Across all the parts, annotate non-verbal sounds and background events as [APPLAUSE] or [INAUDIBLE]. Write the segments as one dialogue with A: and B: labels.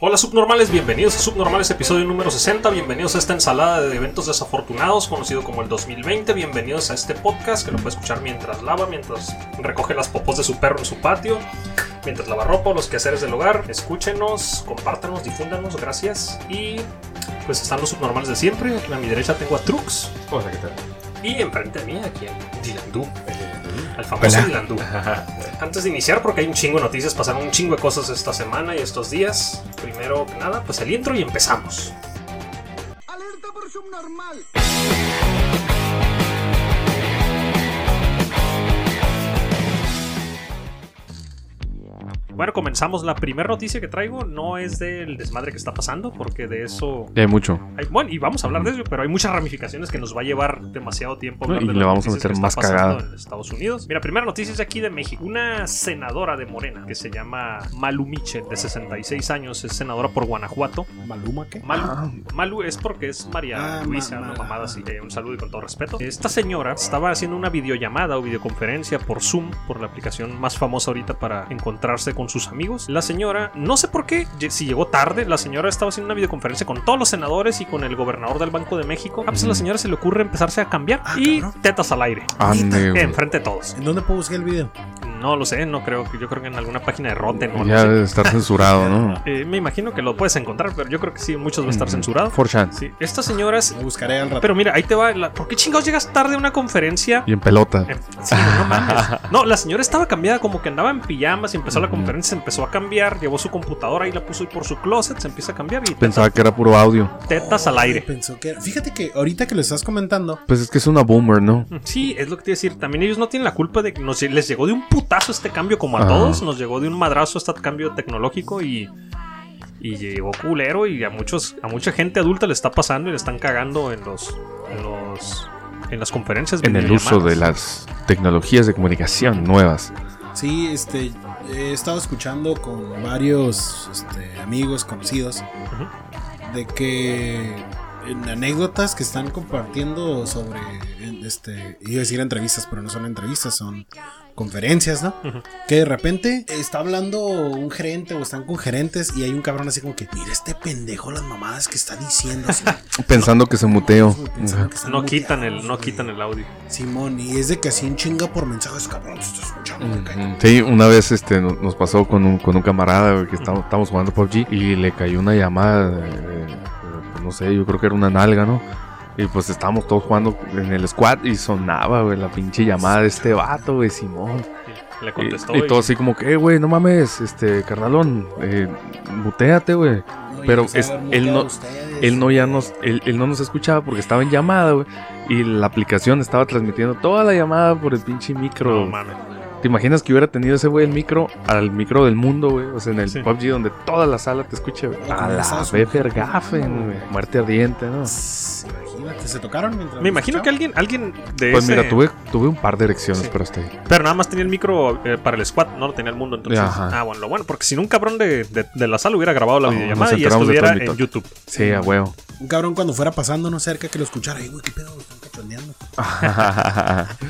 A: Hola subnormales, bienvenidos a Subnormales episodio número 60, bienvenidos a esta ensalada de eventos desafortunados conocido como el 2020, bienvenidos a este podcast que lo puede escuchar mientras lava, mientras recoge las popos de su perro en su patio, mientras lava ropa o los quehaceres del hogar, escúchenos, compártanos, difúndanos, gracias y pues están los subnormales de siempre, aquí a mi derecha tengo a Trux
B: Hola, ¿qué tal?
A: y enfrente de mí aquí a Dilandú, al famoso
B: Hola.
A: Dilandú. Antes de iniciar, porque hay un chingo de noticias, pasaron un chingo de cosas esta semana y estos días. Primero que nada, pues el intro y empezamos.
C: ¡Alerta por subnormal!
A: Bueno, comenzamos. La primera noticia que traigo no es del desmadre que está pasando, porque de eso.
D: Ya hay mucho.
A: hay- bueno, y vamos a hablar de eso, pero hay muchas ramificaciones que nos va a llevar demasiado tiempo. hablar
D: Y
A: de
D: le
A: las
D: vamos a
A: noticias
D: meter
A: que
D: más
A: está pasando
D: cagada.
A: En Estados Unidos. Mira, primera noticia es de aquí de México. Una senadora de Morena que se llama Malu Michel, de 66 años, es senadora por Guanajuato.
B: [LAUGHS] ¿Maluma qué?
A: Malu, Malu es porque es María
B: Ah,
A: Luisa,
B: ma-
A: una
B: ma-
A: mamada así. Eh, un saludo y con todo respeto. Esta señora estaba haciendo una videollamada o videoconferencia por Zoom, por la aplicación más famosa ahorita para encontrarse con sus amigos. La señora, no sé por qué, lle- si llegó tarde, la señora estaba haciendo una videoconferencia con todos los senadores y con el gobernador del Banco de México. Ah, pues a la señora se le ocurre empezarse a cambiar
B: Ah,
A: y
B: cabrón.
A: tetas al aire.
D: Ande, güey.
A: Enfrente de todos.
B: ¿En dónde puedo buscar el video?
A: No lo sé, no creo. Yo creo que en alguna página de Rotten o algo
D: Ya
A: así.
D: debe estar
A: [LAUGHS]
D: censurado, ¿no?
A: Eh, me imagino que lo puedes encontrar, pero yo creo que sí, muchos va a
D: Mm.
A: estar censurado.
D: 4chan.
A: Sí, estas señoras
B: Lo buscaré al rato.
A: Pero mira, ahí te va. la- ¿Por qué chingados llegas tarde a una conferencia?
D: Y en pelota.
A: Eh, sí, no
D: [LAUGHS]
A: mames. No, la señora estaba cambiada, como que andaba en pijamas y empezó la conferencia, se empezó a cambiar, llevó su computadora y la puso por su closet, se empieza a cambiar y
D: Pensaba que era puro audio.
A: tetas al aire.
B: Pensó que era- Fíjate que ahorita que lo estás comentando,
D: Pues es que es una boomer, ¿no?
A: Sí, es lo que te iba a decir. También ellos no tienen la culpa de que nos, les llegó de un putazo este cambio, como a
D: Ajá.
A: todos. Nos llegó de un madrazo este cambio tecnológico y, y llegó culero. Y a muchos a mucha gente adulta le está pasando y le están cagando en los. En, los, en las conferencias.
D: En el uso
A: videollamadas.
D: de las tecnologías de comunicación nuevas.
B: sí, este, he estado escuchando con varios este, amigos conocidos de que en anécdotas que están compartiendo sobre, en- este, iba a decir entrevistas, pero no son entrevistas, son conferencias, ¿no?
A: Ujú.
B: Que de repente está hablando un gerente o están con gerentes y hay un cabrón así como que, mira este pendejo las mamadas que está diciendo.
A: [LAUGHS]
B: así,
D: Pensando que se muteó.
B: pensando que están
A: No quitan el, no
B: muteados,
A: quitan el audio.
B: Simón, y es de que así un chinga por mensajes, cabrón, te estás escuchando. cabrón.
D: Ujú. Sí, una vez este, no- nos pasó con un, con un camarada güey, que estábamos, estábamos jugando PUBG y le cayó una llamada, de- de- de- pues, no sé, yo creo que era una nalga, ¿no? Y pues estábamos todos jugando en el squad y sonaba, güey, la pinche llamada de este vato, güey, Simón.
A: Le
D: Y,
A: contestó.
D: y
A: y-
D: todo así como que, "Eh, güey, no mames, este, carnalón, eh, muteate, güey.
B: No, y
D: Pero
B: empecé a
D: es-
B: ver
D: él
B: muteado
D: no-
B: a ustedes.
D: Él no ya nos, él, él no nos escuchaba porque estaba en llamada, güey. Y la aplicación estaba transmitiendo toda la llamada por el pinche micro.
A: No mames.
D: ¿Te imaginas que hubiera tenido ese güey el micro al micro del mundo, güey? O sea, en el
A: Sí.
D: PUBG donde toda la sala te escuche, güey.
B: Como
D: A la
B: esas-
D: Gaffen, güey. Muerte ardiente, ¿no?
B: Tss, Imagínate, se tocaron mientras.
A: Me imagino que
B: escuchaban?
A: alguien, alguien de
D: Pues
A: ese-
D: mira, tuve, tuve un par de erecciones,
A: Sí.
D: pero hasta ahí.
A: Pero nada más tenía el micro eh, para el squad, no lo tenía el mundo entonces.
D: Ajá.
A: Ah, bueno, lo bueno, porque si no un cabrón de, de- de la sala hubiera grabado la
D: Ah,
A: videollamada
D: nos
A: y
D: enteramos de
A: estuviera
D: todo el
A: en YouTube.
D: Sí, a huevo. [LAUGHS]
B: Un cabrón cuando fuera pasándonos cerca que lo escuchara. Ay, güey, qué pedo, están cachondeando.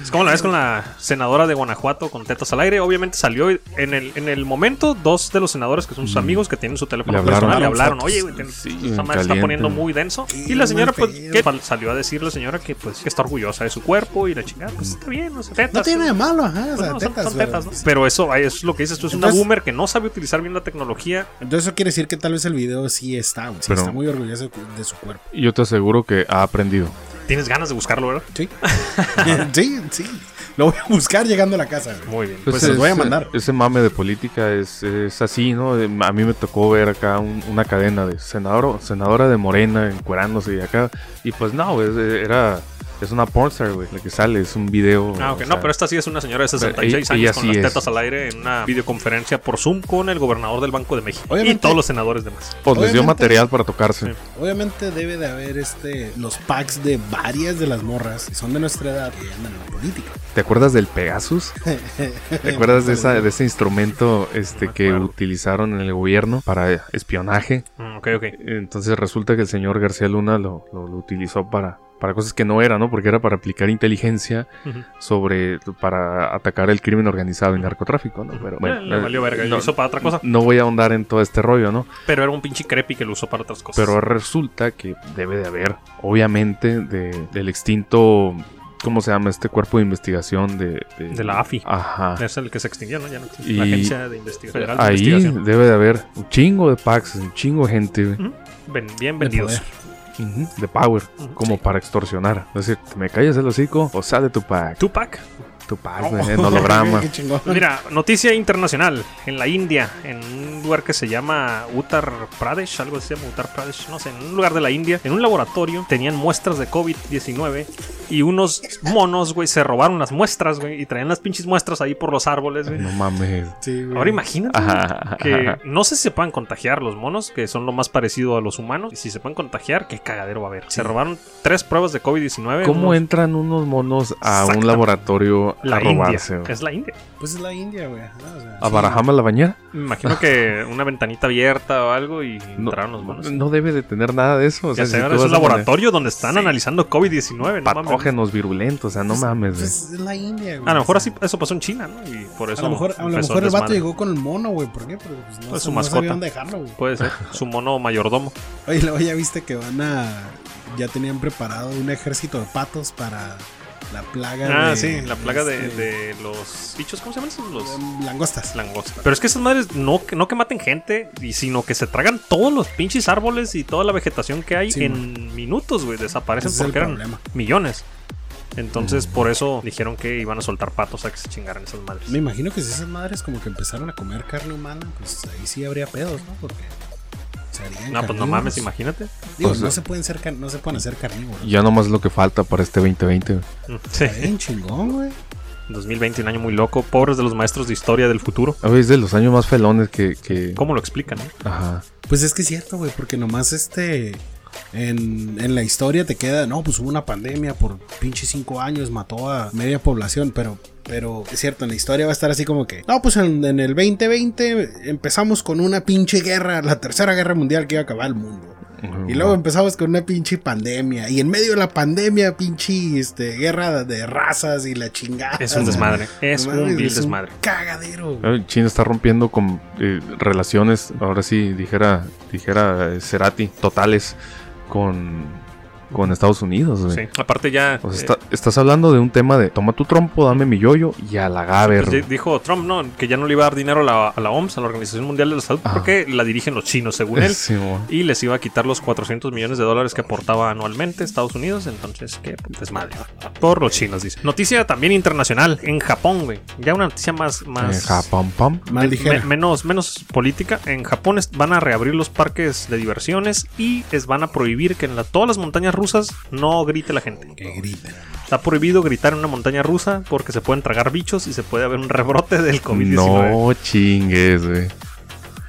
A: Es como la vez con la senadora de Guanajuato con tetas al aire. Obviamente salió y en el, en el momento dos de los senadores que son sus amigos que tienen su teléfono
D: Le hablaron.
A: personal le
B: Hablaron
A: hablaron.
B: fotos.
A: Oye, güey, ten-
D: Sí,
A: esa madre está
D: caliente.
A: poniendo muy denso.
B: Qué
A: Y la señora,
B: mal
A: pues,
B: pedo.
A: que fal- salió a decir la señora que pues que está orgullosa de su cuerpo y la chingada, pues está bien, no sé, tetas.
B: No tiene nada de malo, ajá. O
A: Pues
B: sea,
A: no, son-
B: tetas,
A: son
B: pero-
A: tetas, ¿no? Pero eso, ay, eso es lo que dices tú, es
B: Entonces-
A: una boomer que no sabe utilizar bien la tecnología.
B: Entonces, eso quiere decir que tal vez el video sí está, güey. sí
D: Pero-
B: está muy orgulloso de su cuerpo.
D: Y Yo te aseguro que ha aprendido.
A: Tienes ganas de buscarlo, ¿verdad? [LAUGHS]
B: Sí. sí, sí. Lo voy a buscar llegando a la casa, güey.
A: Muy bien.
B: Pues se los voy a
D: ese-
B: mandar.
D: eh, Ese mame de política es, es así, ¿no? De- A mí me tocó ver acá un- una cadena de senador, senadora de Morena encuerándose y acá. Y pues no, es, era, es una pornstar, güey, la que sale, es un video.
A: Ah, ok,
D: o
A: no,
D: sea,
A: pero esta sí es una señora de 66
D: Ella- ella
A: años con
D: sí
A: las
D: es.
A: tetas al aire en una videoconferencia por Zoom con el gobernador del Banco de México y
B: Obviamente-
A: todos los senadores demás.
D: Pues les dio
B: obviamente-
D: material para tocarse.
A: Sí.
B: Obviamente debe de haber este los packs de varias de las morras que son de nuestra edad y andan en la política.
D: ¿Te acuerdas
B: [LAUGHS]
D: del Pegasus? ¿Te acuerdas de, esa, de ese instrumento este,
A: me
D: que
A: acuerdo.
D: utilizaron en el gobierno para espionaje?
A: Mm, ok, ok.
D: Entonces resulta que el señor García Luna lo, lo- lo utilizó para para cosas que no era, ¿no? Porque era para aplicar inteligencia
A: Ujú.
D: sobre para atacar el crimen organizado y narcotráfico, ¿no? Pero bueno,
A: Eh, le valió verga, lo
D: no, Mm.
A: hizo para otra cosa.
D: no voy a ahondar en todo este rollo, ¿no?
A: Pero era un pinche creepy que lo usó para otras cosas.
D: Pero resulta que debe de haber, obviamente, de- del extinto, ¿cómo se llama este cuerpo de investigación de,
A: de la AFI.
D: Ajá.
A: Es el que se extinguió, ¿no? Ya no existe.
D: Y-
A: La agencia de investigación. Federal de
D: Ahí
A: investigación.
D: debe de haber un chingo de packs, un chingo de gente, güey,
A: Ujú. Ven- bien vendidos.
D: de power,
A: Ujú.
D: como para extorsionar. Es decir, te me callas el hocico o sale tu pack.
A: Tupac.
D: Tu pack,
A: Oh.
D: güey,
A: [LAUGHS]
D: en holograma.
B: Qué chingón.
A: Pues Mira, noticia internacional. En la India, en un lugar que se llama Uttar Pradesh, algo así se llama Uttar Pradesh, no sé, en un lugar de la India, en un laboratorio tenían muestras de COVID-19 y unos monos, güey, se robaron las muestras, güey, y traían las pinches muestras ahí por los árboles, güey.
D: No mames.
B: Sí, güey.
A: Ahora imagínate güey,
D: Ajá.
A: que no sé si se puedan contagiar los monos, que son lo más parecido a los humanos, y si se pueden contagiar, qué cagadero va a haber. Se robaron tres pruebas de COVID-19.
D: ¿Cómo
A: unos-
D: entran unos monos a un
A: Exactamente.
D: laboratorio
A: La
D: a
A: India.
D: robarse? güey?
A: Es la India.
B: Pues es la India, güey. ajá, o sea,
D: ¿A
B: sí.
D: Barajama la bañera?
A: Me imagino que una ventanita abierta o algo y entraron los monos.
D: no debe de tener nada de eso. O sea,
A: Ya
D: si
A: sé,
D: tú
A: ahora es
D: vas
A: un
D: a poner
A: laboratorio donde están analizando COVID-19, no mames.
D: patógenos virulentos, o sea, Ah, no mames. güey.
B: Pues es la India, güey.
A: A lo mejor
B: o sea,
A: así eso pasó en China, ¿no? Y por eso
B: A lo mejor, a lo
A: empezó
B: mejor el vato
A: desmadre.
B: llegó con el mono, güey. ¿Por qué? Porque pues, no,
A: Pues su
B: su no
A: mascota.
B: sabía dónde dejarlo, güey.
A: Puede ser, su mono
B: [LAUGHS]
A: mayordomo.
B: Oye, luego ya viste que van a. Ya tenían preparado un ejército de patos para la plaga.
A: Ah,
B: de-
A: sí, la plaga de,
B: este,
A: de los bichos, ¿cómo se llaman esos? Los
B: Langostas.
A: langostas. Pero es que esas madres no, que- no que maten gente, y sino que se tragan todos los pinches árboles y toda la vegetación que hay
B: Sí,
A: en minutos, güey. Desaparecen
B: Ese es el
A: porque eran
B: problema.
A: millones. Entonces, por eso dijeron que iban a soltar patos a que se chingaran esas madres.
B: Me imagino que si esas madres como que empezaron a comer carne humana, pues ahí sí habría pedos, ¿no? Porque. serían
A: No, pues no
B: carnívoros.
A: mames, imagínate.
B: Digo,
D: O sea-
B: no se pueden ser car- no se pueden hacer carnívoros.
D: Ya nomás lo que falta para este 2020. güey.
A: Sí. [LAUGHS]
B: Está bien chingón, güey.
A: 2020, un año muy loco. Pobres de los maestros de historia del futuro.
D: A ver, es de los años más felones que. que-
A: ¿Cómo lo explican? eh?
D: Ajá.
B: Pues es que es cierto, güey, porque nomás este. En, en la historia te queda, no, pues hubo una pandemia por pinche cinco años, mató a media población, pero, pero es cierto, en la historia va a estar así como que, no, pues en, en el 2020 empezamos con una pinche guerra, la tercera guerra mundial que iba a acabar el mundo. Y luego empezamos con una pinche pandemia, y en medio de la pandemia, pinche este, guerra de razas y la chingada.
A: Es un desmadre. Es
B: No
A: un
B: mames,
A: vil
B: es un
A: desmadre.
B: Cagadero. güey.
D: Ay, China está rompiendo con eh, relaciones, ahora sí, dijera, dijera eh, Cerati, totales con, con Estados Unidos. güey.
A: Sí. Aparte ya... eh,
D: O sea, Pues está- estás hablando de un tema de toma tu trompo, dame mi yoyo y a la gaber.
A: pues, di- dijo Trump, ¿no? Que ya no le iba a dar dinero a la, a la OMS, a la Organización Mundial de la Salud,
D: Ajá.
A: porque la dirigen los chinos,
D: [LAUGHS]
A: según él.
D: Sí, güey.
A: Y les iba a quitar los 400 millones de dólares que aportaba anualmente Estados Unidos. Entonces, qué desmadre. Por los chinos, dice. Noticia también internacional. En Japón, güey. Ya una noticia más... más
D: Eh, ja, pam, pam.
B: Mal
A: Me-
B: dijera.
A: menos, menos política. En Japón es- van a reabrir los parques de diversiones y les van a prohibir que en la- todas las montañas rusas no grite la gente.
B: Que griten.
A: Está prohibido gritar en una montaña rusa porque se pueden tragar bichos y se puede haber un rebrote del COVID-19.
D: No chingues, güey.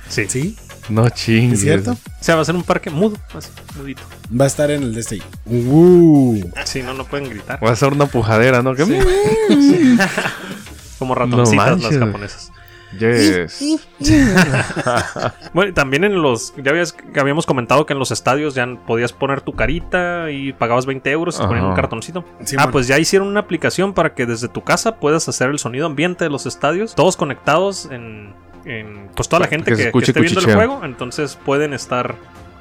A: Sí.
B: ¿Sí?
D: No chingues.
B: ¿Es cierto?
A: O sea, va a ser un parque mudo, así, mudito.
B: Va a estar en el de este. Uh,
A: Sí, no, no pueden gritar.
D: Voy a hacer una pujadera, ¿no? ¿Qué?
A: Como ratoncitas las
D: manches.
A: japonesas. [LAUGHS]
D: Yes.
A: Bueno, y también en los. Ya habías- que habíamos comentado que en los estadios ya podías poner tu carita y pagabas 20 euros y te ponían un
D: Ajá.
A: cartoncito.
B: Sí,
A: ah,
B: man.
A: pues ya hicieron una aplicación para que desde tu casa puedas hacer el sonido ambiente de los estadios, todos conectados en. en- pues toda la gente
D: que
A: que,
D: se
A: que
D: escuche
A: esté viendo el
D: cuchicheo.
A: juego, entonces pueden estar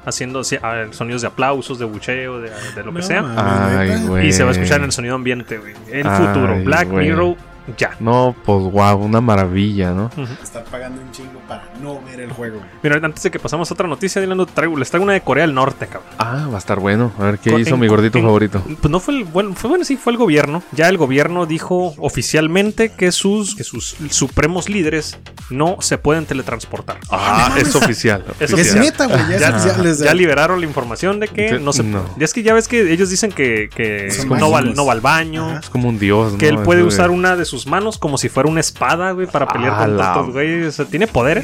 A: haciendo sí, a ver, sonidos de aplausos, de bucheo, de, de lo que
B: No
A: sea.
B: mames,
D: Ay,
B: neta.
D: güey.
A: Y se va a escuchar en el sonido ambiente, güey. El
D: Ay,
A: futuro. Black
D: güey.
A: Mirror, ya.
D: No, pues guau, una maravilla, ¿no?
B: Estar pagando un chingo para no ver el juego. güey.
A: Mira, antes de que pasamos a otra noticia, Dylan, les traigo, les traigo una de Corea del Norte, cabrón.
D: Ah, va a estar bueno. A ver qué
A: Con-
D: hizo
A: en-
D: mi gordito
A: en-
D: favorito.
A: Pues no fue el bueno, fue bueno, sí, fue el gobierno. Ya el gobierno dijo oficialmente que sus, que sus supremos líderes no se pueden teletransportar.
D: [LAUGHS] Ah, es oficial.
A: Es
B: Es
A: oficial.
B: neta, güey. Ya,
A: Ya-
B: ya, les-
A: Ya liberaron la información de que
D: Que-
A: no se
D: no.
A: Y es que ya ves que ellos dicen que, que pues
B: Son
A: no, va, al-
B: mágicos.
A: no va al baño.
B: Ajá.
D: Es como un dios, ¿no?
A: Que él puede
D: Eso de-
A: usar una de sus manos como si fuera una espada, güey, para pelear
D: Ah,
A: con
D: la-
A: tantos güeyes. O sea, tiene poderes.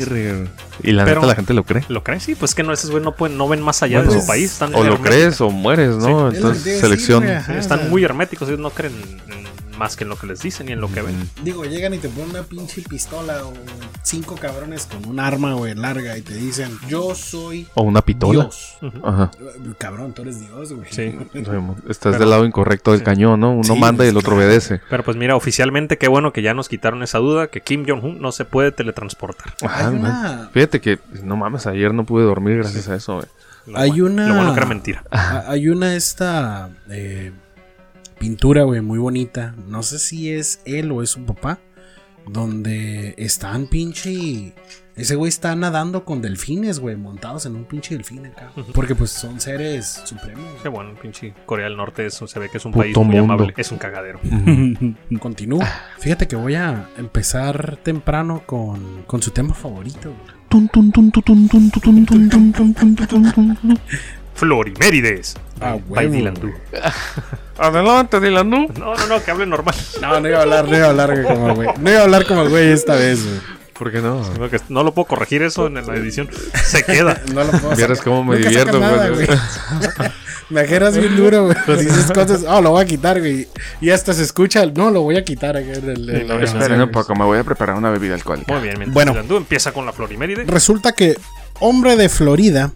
D: Y la
A: Pero-
D: neta la gente lo cree.
A: ¿Lo crees? Sí, pues que no, esos güey no, pueden, no ven más allá
B: Bueno,
A: de su
B: pues,
A: país. Están
D: O lo
A: herméticos.
D: crees o mueres,
A: Sí, es lo
D: ¿no?
A: que
B: te iba a
D: Entonces,
B: decir,
D: selección.
B: güey, ajá.
A: Están
B: o sea,
A: muy herméticos, ellos no creen en, en más que en lo que les dicen y en lo que ven.
B: Digo, llegan y te ponen una pinche pistola o cinco cabrones con un arma, güey, larga y te dicen, yo soy
D: O una pitola.
B: Dios.
A: Ujú.
D: Ajá.
B: Cabrón, tú eres Dios, güey.
A: Sí.
D: Estás del lado incorrecto del cañón, ¿no? Uno
B: Sí,
D: manda y el
B: pues,
D: otro
B: claro.
D: obedece.
A: Pero pues mira, oficialmente qué bueno que ya nos quitaron esa duda que Kim Jong-un no se puede teletransportar.
D: Ajá,
B: Hay
D: man.
B: una-
D: Ah, Fíjate que, no mames, ayer no pude dormir gracias a eso, güey.
A: Lo
B: Hay
A: bueno-
B: una-
A: Lo bueno que era mentira.
B: Ah, Hay una esta eh, pintura, güey, muy bonita. No sé si es él o es su papá. Donde están pinche. Ese güey está nadando con delfines, güey, montados en un pinche delfín acá. Porque pues son seres supremos.
A: Qué bueno, pinche Corea del Norte eso se ve que es un
D: Puto
A: país muy
D: mundo.
A: amable. Es un cagadero.
B: Continúa. Fíjate que voy a empezar temprano con, con su tema favorito. güey.
A: Florimérides.
B: Ah,
A: By
B: huevo,
A: Dylan
B: güey.
A: Du.
D: Adelante, Dylan, ¿no?
A: No, no, no, que hable normal.
B: [LAUGHS] No, no iba a hablar, no iba a hablar güey, como el güey. No iba a hablar como el güey esta vez, güey.
D: ¿Por qué no?
A: No, que No lo puedo corregir eso en la edición. Se queda.
B: No lo puedo
D: Vieras
B: sacar.
D: cómo [LAUGHS] me
B: Nunca
D: divierto, pues,
B: sacas nada,
D: [LAUGHS] güey.
B: Me ajeras bien duro, güey. Dices cosas, oh, lo voy a quitar, güey. Y hasta se escucha, el, no, lo voy a quitar. acá en el- en la grabación,
E: Esperen un
B: güey.
E: poco, me voy a preparar una bebida alcohólica.
A: Muy bien, mientras
B: Bueno.
A: Dylan Du empieza con la Floriméride.
B: Resulta que hombre de Florida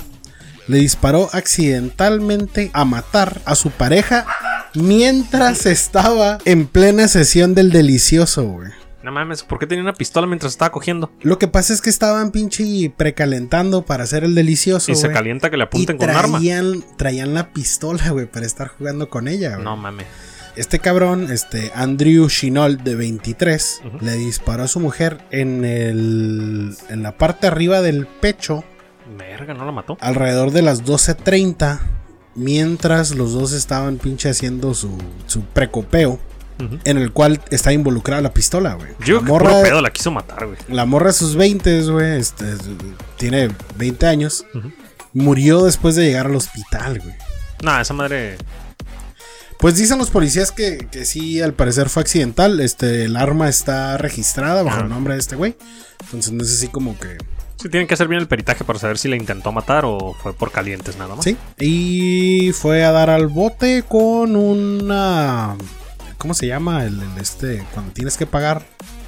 B: le disparó accidentalmente a matar a su pareja mientras estaba en plena sesión del delicioso, güey.
A: No mames, ¿por qué tenía una pistola mientras estaba cogiendo?
B: Lo que pasa es que estaban pinche precalentando para hacer el delicioso.
A: Y se
B: güey.
A: calienta que le
B: Y
A: apunten con un arma.
B: traían, traían la pistola, güey, para estar jugando con ella, güey.
A: No mames.
B: Este cabrón, este Andrew Shinold de 23,
A: Ujú.
B: le disparó a su mujer en el en la parte arriba del pecho
A: Verga, no la mató.
B: alrededor de las 12:30 mientras los dos estaban pinche haciendo su su precopeo
A: Ujú.
B: en el cual está involucrada la pistola, güey.
A: Yo creo
B: La
A: que puro
B: morra,
A: pedo la quiso matar, güey.
B: la morra de sus 20, güey, este, tiene 20 años.
A: Ujú.
B: Murió después de llegar al hospital, güey.
A: Nah, esa madre.
B: Pues dicen los policías que, que sí, al parecer fue accidental. Este, el arma está registrada bajo
A: Ah.
B: el nombre de este güey. Entonces no es así como que.
A: Sí, tienen que hacer bien el peritaje para saber si la intentó matar o fue por calientes nada más.
B: Sí. Y fue a dar al bote con una. ¿Cómo se llama? El, el este. Cuando tienes que pagar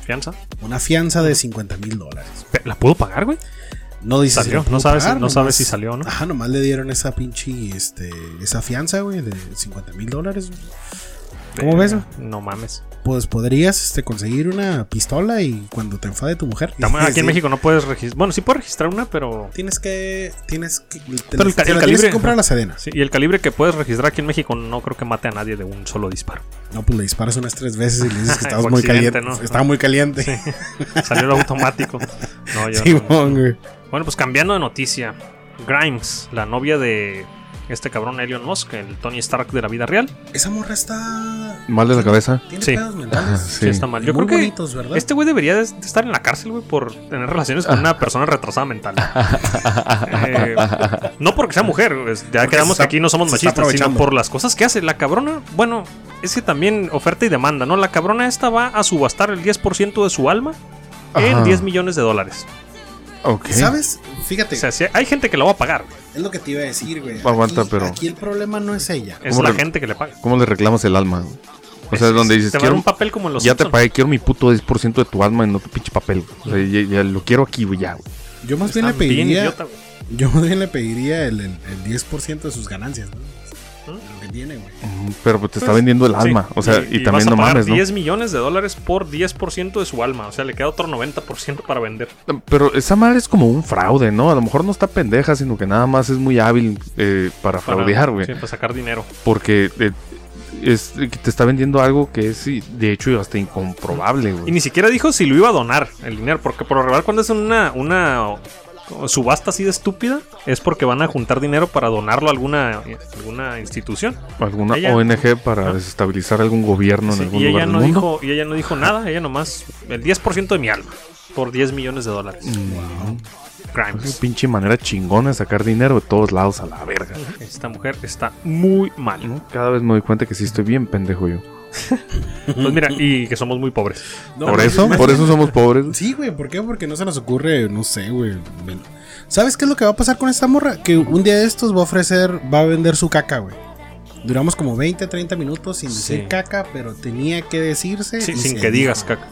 A: Fianza.
B: una fianza de 50 mil dólares.
A: Pe- ¿La pudo pagar, güey?
B: No dice.
A: Salió,
B: la pudo
A: no sabes- no sabes
B: nomás-
A: si salió o no.
B: Ajá, nomás le dieron esa pinche. Este, esa fianza, güey, de 50 mil dólares. ¿Cómo
A: Eh,
B: ves, güey?
A: No mames.
B: Pues podrías este, conseguir una pistola y cuando te enfade tu mujer. [LAUGHS]
A: Tam- Aquí
B: Sí.
A: en México no puedes registrar. Bueno, sí puedes registrar una, pero.
B: Tienes que. Tienes que. te-
A: Pero el ca-
B: te
A: el
B: la
A: calibre,
B: Tienes que comprar
A: ajá.
B: la sedena.
A: Sí, y el calibre que puedes registrar aquí en México no creo que mate a nadie de un solo disparo.
B: No, pues le disparas unas tres veces y le
A: [LAUGHS]
B: dices que
A: Por
B: estabas muy
A: accidente,
B: caliente.
A: ¿no?
B: Estaba muy caliente. [LAUGHS]
A: Salió el automático. No, yo no.
B: Simón, güey.
A: Bueno, pues cambiando de noticia. Grimes, la novia de este cabrón Elon Musk, el Tony Stark de la vida real.
B: Esa morra está.
D: Mal de la cabeza.
B: Tiene
A: Sí.
B: pedos mentales.
D: Sí.
A: Sí, está mal. Yo
B: Muy
A: creo que
B: bonitos, ¿verdad?
A: este güey debería de de estar en la cárcel, güey, por tener relaciones con una persona retrasada
D: [LAUGHS]
A: mental. Eh, no porque sea mujer, güey, es- ya
B: Porque
A: quedamos
B: se está-
A: que aquí no somos
B: se está
A: machistas, sino
B: aprovechando.
A: por las cosas que hace. La cabrona, bueno, es que también oferta y demanda, ¿no? La cabrona esta va a subastar el 10% de su alma en
D: Ajá.
A: 10 millones de dólares.
D: Ok.
B: ¿Y ¿Sabes? Fíjate,
A: O sea, sí, hay gente que lo va a pagar, güey.
B: es lo que te iba a decir, güey.
D: Aguanta,
B: Aquí-
D: pero-
B: Aquí el problema no es ella.
A: es
D: ¿Cómo
A: la
D: re-
A: gente que le paga.
D: ¿Cómo le reclamas el alma? güey? O sea,
A: Es-
D: donde dices,
A: te va a dar
D: quiero,
A: un papel como en los
D: ya te
A: Simpson.
D: pagué, quiero mi puto 10% de tu alma en otro pinche papel. güey. O sea, ya, ya lo quiero aquí, güey, ya, güey.
B: Yo más bien le
A: Están bien
B: pediría.
A: idiota, güey.
B: Yo más bien le pediría el, el, el 10% de sus ganancias, ¿no?
A: ¿Mm?
B: Lo que tiene, güey.
D: Mm, Pero pues, te está
A: Pues,
D: vendiendo el
A: Sí,
D: alma. O sea, y, también
A: vas a
D: no
A: pagar
D: mames, ¿no?
A: 10 millones de dólares por 10% de su alma. O sea, le queda otro 90% para vender.
D: Pero esa madre es como un fraude, ¿no? A lo mejor no está pendeja, sino que nada más es muy hábil eh, para
A: Para,
D: fraudear, güey.
A: sí, para sacar dinero.
D: Porque eh, es- eh, te está vendiendo algo que es, y, de hecho, hasta incomprobable,
A: Y
D: güey.
A: ni siquiera dijo si lo iba a donar el dinero. Porque por lo regular, cuando es una, una subasta así de estúpida, es porque van a juntar dinero para donarlo a alguna, alguna institución.
D: Alguna
A: ella-
D: ONG para
A: Ah.
D: desestabilizar algún gobierno
A: Sí,
D: en algún
A: y,
D: lugar
A: ella
D: del
A: no
D: mundo.
A: dijo, y ella no dijo nada. Ella nomás el 10% de mi alma por 10 millones de dólares.
D: Es
A: Grimes.
D: una pinche manera chingona de sacar dinero de todos lados a la verga.
A: Esta mujer está muy mal.
D: [LAUGHS] ¿no? Cada vez me doy cuenta que sí estoy bien pendejo yo.
A: Pues mira, y que somos muy pobres.
B: No,
D: por
B: más-
D: eso,
B: más
D: por
B: bien-
D: eso somos pobres.
B: Sí, güey, ¿por qué? Porque no se nos ocurre, no sé, güey. ven- ¿Sabes qué es lo que va a pasar con esta morra? Que un día de estos va a ofrecer, va a vender su caca, güey. Duramos como 20, 30 minutos sin decir
A: Sí.
B: caca, pero tenía que decirse.
A: Sí,
B: y
A: sin
B: se
A: que
B: dijo.
A: digas, caca.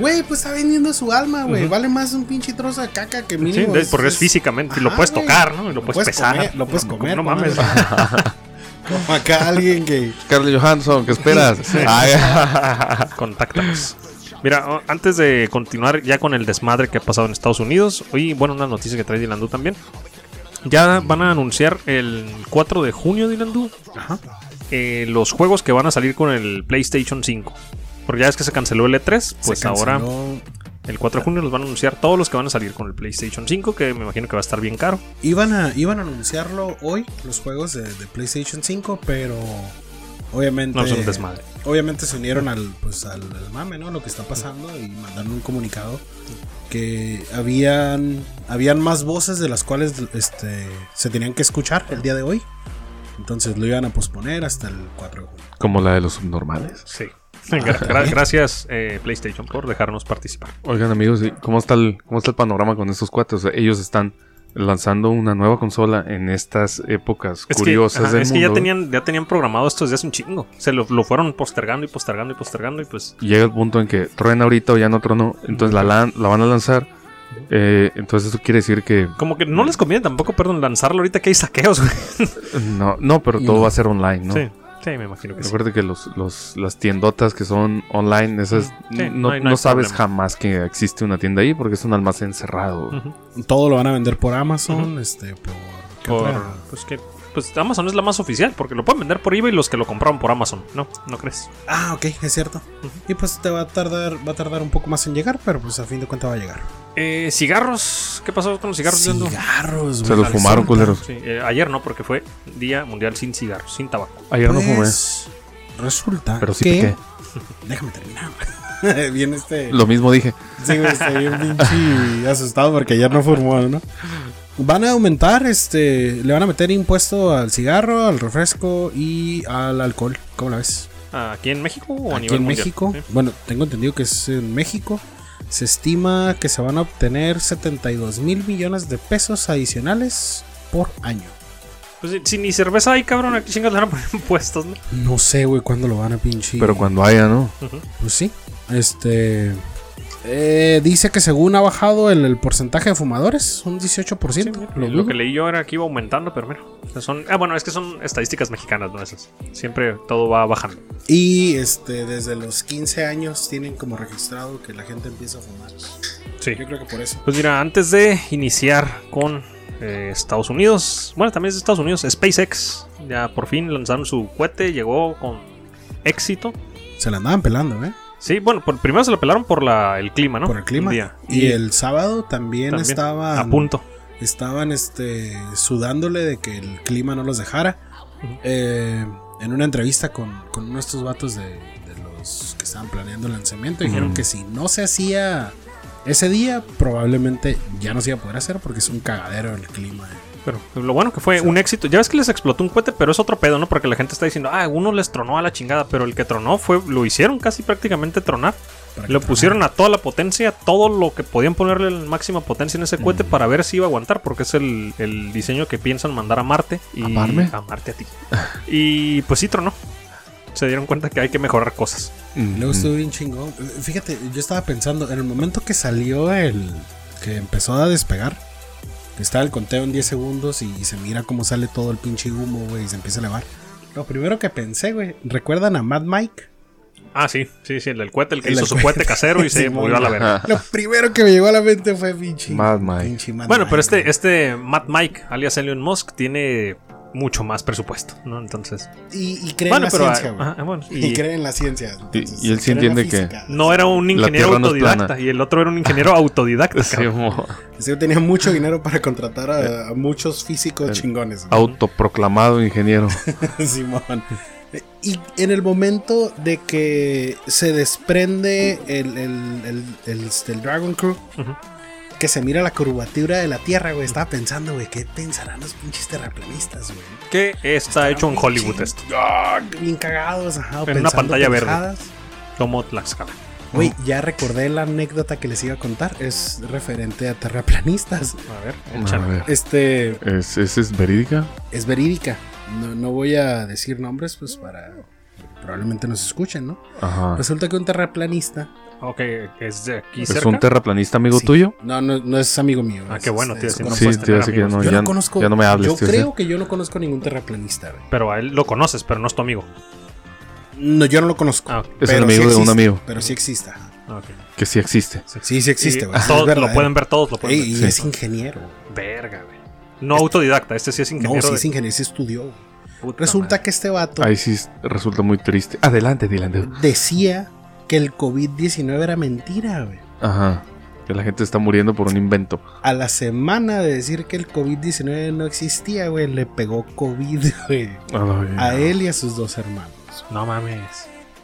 B: Güey, pues está vendiendo su alma, güey. Vale más un pinche trozo de caca que
A: Sí,
B: mínimo.
A: de- porque es físicamente, y lo
B: Ajá,
A: puedes
B: güey.
A: tocar, ¿no? Y lo puedes pesar.
B: comer, lo puedes
A: No,
B: comer.
A: No
B: ¿no?
A: mames.
B: Como acá alguien que.
D: Carly Johansson, ¿qué esperas? Ay,
A: [LAUGHS] Contáctanos. Mira, o- antes de continuar ya con el desmadre que ha pasado en Estados Unidos, hoy, bueno, una noticia que trae Dilandú también. Ya van a anunciar el 4 de junio, Dilandú, eh, los juegos que van a salir con el PlayStation 5. Porque ya es que se canceló el E3, pues
B: se
A: ahora
B: canceló.
A: el 4 de junio los van a anunciar todos los que van a salir con el PlayStation 5, que me imagino que va a estar bien caro.
B: Iban a, iban a anunciarlo hoy, los juegos de, de PlayStation 5, pero. Obviamente.
A: No, es un desmadre.
B: Obviamente se unieron al, pues, al, al mame, ¿no? Lo que está pasando y mandaron un comunicado que habían, habían más voces de las cuales este, se tenían que escuchar el día de hoy. Entonces lo iban a posponer hasta el 4 de junio.
D: Como la de los subnormales.
A: Sí. Gra-
B: Ah,
A: gra- gracias, eh, PlayStation, por dejarnos participar.
D: Oigan amigos, ¿y ¿cómo está el, cómo está el panorama con estos cuates? O sea, ellos están lanzando una nueva consola en estas épocas
A: Es que,
D: curiosas
A: ajá,
D: del
A: es que
D: mundo.
A: ya tenían, ya tenían programado esto desde hace un chingo. Se lo, lo fueron postergando y postergando y postergando y pues...
D: Y Llega el punto en que truena ahorita o ya no tronó, entonces la, lan- la van a lanzar. Eh, entonces eso quiere decir que
A: Como que
B: Mm.
A: no les conviene tampoco, perdón, lanzarlo ahorita que hay saqueos, güey.
D: no, no pero todo
B: No.
D: va a ser online, ¿no?
A: Sí, sí, me imagino que sí.
D: Recuerde que los, los- las tiendotas que son online, esas
A: Mm, sí,
D: no,
A: no hay- no hay
D: no sabes
A: problema.
D: jamás que existe una tienda ahí porque es un almacén cerrado.
A: Ujú.
B: Todo lo van a vender por Amazon, este, por... ¿qué
A: Por-
B: otra?
A: pues que... Pues Amazon es la más oficial, porque lo pueden vender por eBay los que lo compraron por Amazon, ¿no? ¿No crees?
B: Ah, ok, es cierto. Y pues te va a tardar, va a tardar un poco más en llegar, pero pues a fin de cuentas va a llegar.
A: Eh, cigarros, ¿qué pasó con los cigarros? Leandro?
B: Cigarros,
D: Se los fumaron, culeros.
A: Sí, eh, ayer no, porque fue Día Mundial sin cigarros, sin tabaco.
D: Ayer no fumé,
B: Pues, resulta
D: pero sí
B: que...
D: piqué.
B: Déjame terminar. güey. [LAUGHS] bien este.
D: Lo mismo dije.
B: Sí, güey, estoy bien pinche asustado porque ayer no formó, ¿no? Van a aumentar, este, le van a meter impuesto al cigarro, al refresco y al alcohol. ¿Cómo la ves?
A: ¿Aquí en México o Oh, a
B: Aquí
A: nivel
B: en
A: mundial?
B: México,
A: Sí.
B: bueno, tengo entendido que es en México, se estima que se van a obtener 72 mil millones de pesos adicionales por año.
A: Pues si, si ni cerveza hay, cabrón, aquí chingas le van a poner [LAUGHS] impuestos, ¿no?
B: No sé, güey, cuándo lo van a pinche.
D: Pero cuando haya, ¿no?
B: Pues sí. Este. eh, dice que según ha bajado el, el porcentaje de fumadores, un 18%.
A: Sí, mira,
B: lo
A: lo,
B: dudo.
A: que leí yo era que iba aumentando, pero mira. o sea, son, ah, bueno, es que son estadísticas mexicanas, ¿no? Esas. Siempre todo va bajando.
B: Y este, desde los 15 años tienen como registrado que la gente empieza a fumar.
A: Sí.
B: Yo creo que por eso.
A: Pues mira, antes de iniciar con eh, Estados Unidos, bueno, también es de Estados Unidos, SpaceX, ya por fin lanzaron su cohete, llegó con éxito.
B: Se la andaban pelando, ¿eh?
A: Sí, bueno, por, primero se lo pelaron por la, el clima, ¿no?
B: Por el clima.
A: Un día.
B: Y, el sábado también,
A: también
B: estaban.
A: A punto.
B: Estaban este, sudándole de que el clima no los dejara. Eh, en una entrevista con, con uno de estos vatos de, de los que estaban planeando el lanzamiento, dijeron
D: Ujú.
B: que si no se hacía ese día, probablemente ya no se iba a poder hacer porque es un cagadero el clima. eh.
A: Pero lo bueno que fue un éxito. Ya ves que les explotó un cohete, pero es otro pedo, ¿no? Porque la gente está diciendo, ah, uno les tronó a la chingada, pero el que tronó fue, lo hicieron casi prácticamente tronar.
B: Para que
A: Lo
B: tra-
A: pusieron a toda la potencia, todo lo que podían ponerle la máxima potencia en ese cohete para ver si iba a aguantar, porque es el, el diseño que piensan mandar a Marte. Y,
D: ¿A Marme?
A: A Marte a ti. y pues sí tronó. Se dieron cuenta que hay que mejorar cosas.
B: Luego estuvo bien chingón. Eh, Fíjate, yo estaba pensando, en el momento que salió el. que empezó a despegar, que estaba el conteo en 10 segundos y, se mira cómo sale todo el pinche humo, güey, y se empieza a elevar. Lo primero que pensé, güey, ¿recuerdan a Mad Mike?
D: [LAUGHS]
A: Ah, sí, sí, sí, el del cohete, el que
B: El
A: hizo
B: del
A: su
B: cohete.
A: cohete casero
B: [LAUGHS]
A: y se
B: Simón.
A: murió a la verga. [LAUGHS]
B: Lo primero que me llegó a la mente fue pinche.
D: Mad Mike.
B: pinche Mad
A: Bueno, pero
B: Mike.
A: este, este Matt Mike, alias Elon Musk, tiene mucho más presupuesto, ¿no? Entonces.
B: Y, y cree
A: Bueno,
B: en la
A: pero.
B: ciencia, güey.
A: ah, ah, bueno,
B: Y,
A: y
B: cree en la ciencia. entonces,
D: y él sí
B: cree en la
D: entiende que-
B: física.
A: no era un ingeniero
D: Tierra no es
A: autodidacta
D: plana.
A: y el otro era un
B: [LAUGHS]
A: ingeniero autodidacta.
D: Sí,
A: cabrón.
D: como
B: Ese güey tenía
D: [LAUGHS]
B: mucho dinero para contratar a, a muchos físicos chingones. güey.
D: autoproclamado ingeniero.
A: [LAUGHS]
B: Simón. Y en el momento de que se desprende el, el, el- el- este, el Dragon Crew,
A: Ujú.
B: que se mira la curvatura de la Tierra, güey. Estaba pensando, güey, ¿qué pensarán los pinches terraplanistas, güey?
A: que está hecho en Hollywood
B: Ching-
A: esto,
B: Ah, bien cagados, ajá,
A: En una
B: pensando
A: pantalla verde.
B: pendejadas.
A: como Tlaxcala.
B: Güey, ya recordé la anécdota que les iba a contar. Es referente a terraplanistas.
A: A ver,
D: A
A: échale.
D: ver.
B: Este
D: ¿Es, es, es verídica?
B: es verídica. No, no voy a decir nombres, pues para. Probablemente nos escuchen, ¿no?
D: Ajá.
B: Resulta que un terraplanista.
A: Ok, es de aquí
D: ¿Es
A: cerca.
D: un terraplanista amigo
B: Sí.
D: tuyo?
B: No, no, no es amigo mío.
A: Ah,
B: es,
A: qué bueno,
B: es
A: tío, si no
B: conocido.
D: Sí,
A: puedes
D: te
A: tener
D: iba a decir que
A: amigos.
D: no,
B: yo
D: ya,
B: no conozco.
D: ya no me hables.
B: Yo
D: tío,
B: creo que yo no conozco ningún terraplanista, güey.
A: Pero a él lo conoces, pero no es tu amigo.
B: No, yo no lo conozco.
A: Ah, ok.
D: Es el
B: Pero
D: amigo de un
B: existe,
D: amigo.
B: Pero sí existe. ajá.
A: ok.
D: que sí existe.
B: Sí, sí existe,
A: Y
B: güey.
A: todos-
B: Es
A: lo
B: verdadero.
A: pueden ver todos, lo pueden
B: Ey,
A: ver.
B: y
D: Sí.
B: es ingeniero. güey.
A: Verga, güey. No autodidacta, este sí es ingeniero.
B: No, sí
A: de-
B: es ingeniero, sí estudió. güey.
A: Puta
B: Resulta
A: madre.
B: que este vato
D: Ahí sí es- resulta muy triste. Adelante, adelante.
B: decía que el COVID-19 era mentira, güey.
D: Ajá. Que la gente está muriendo por un invento.
B: A la semana de decir que el COVID-19 no existía, güey, le pegó COVID, [LAUGHS] güey. A él y a sus dos hermanos.
A: No mames.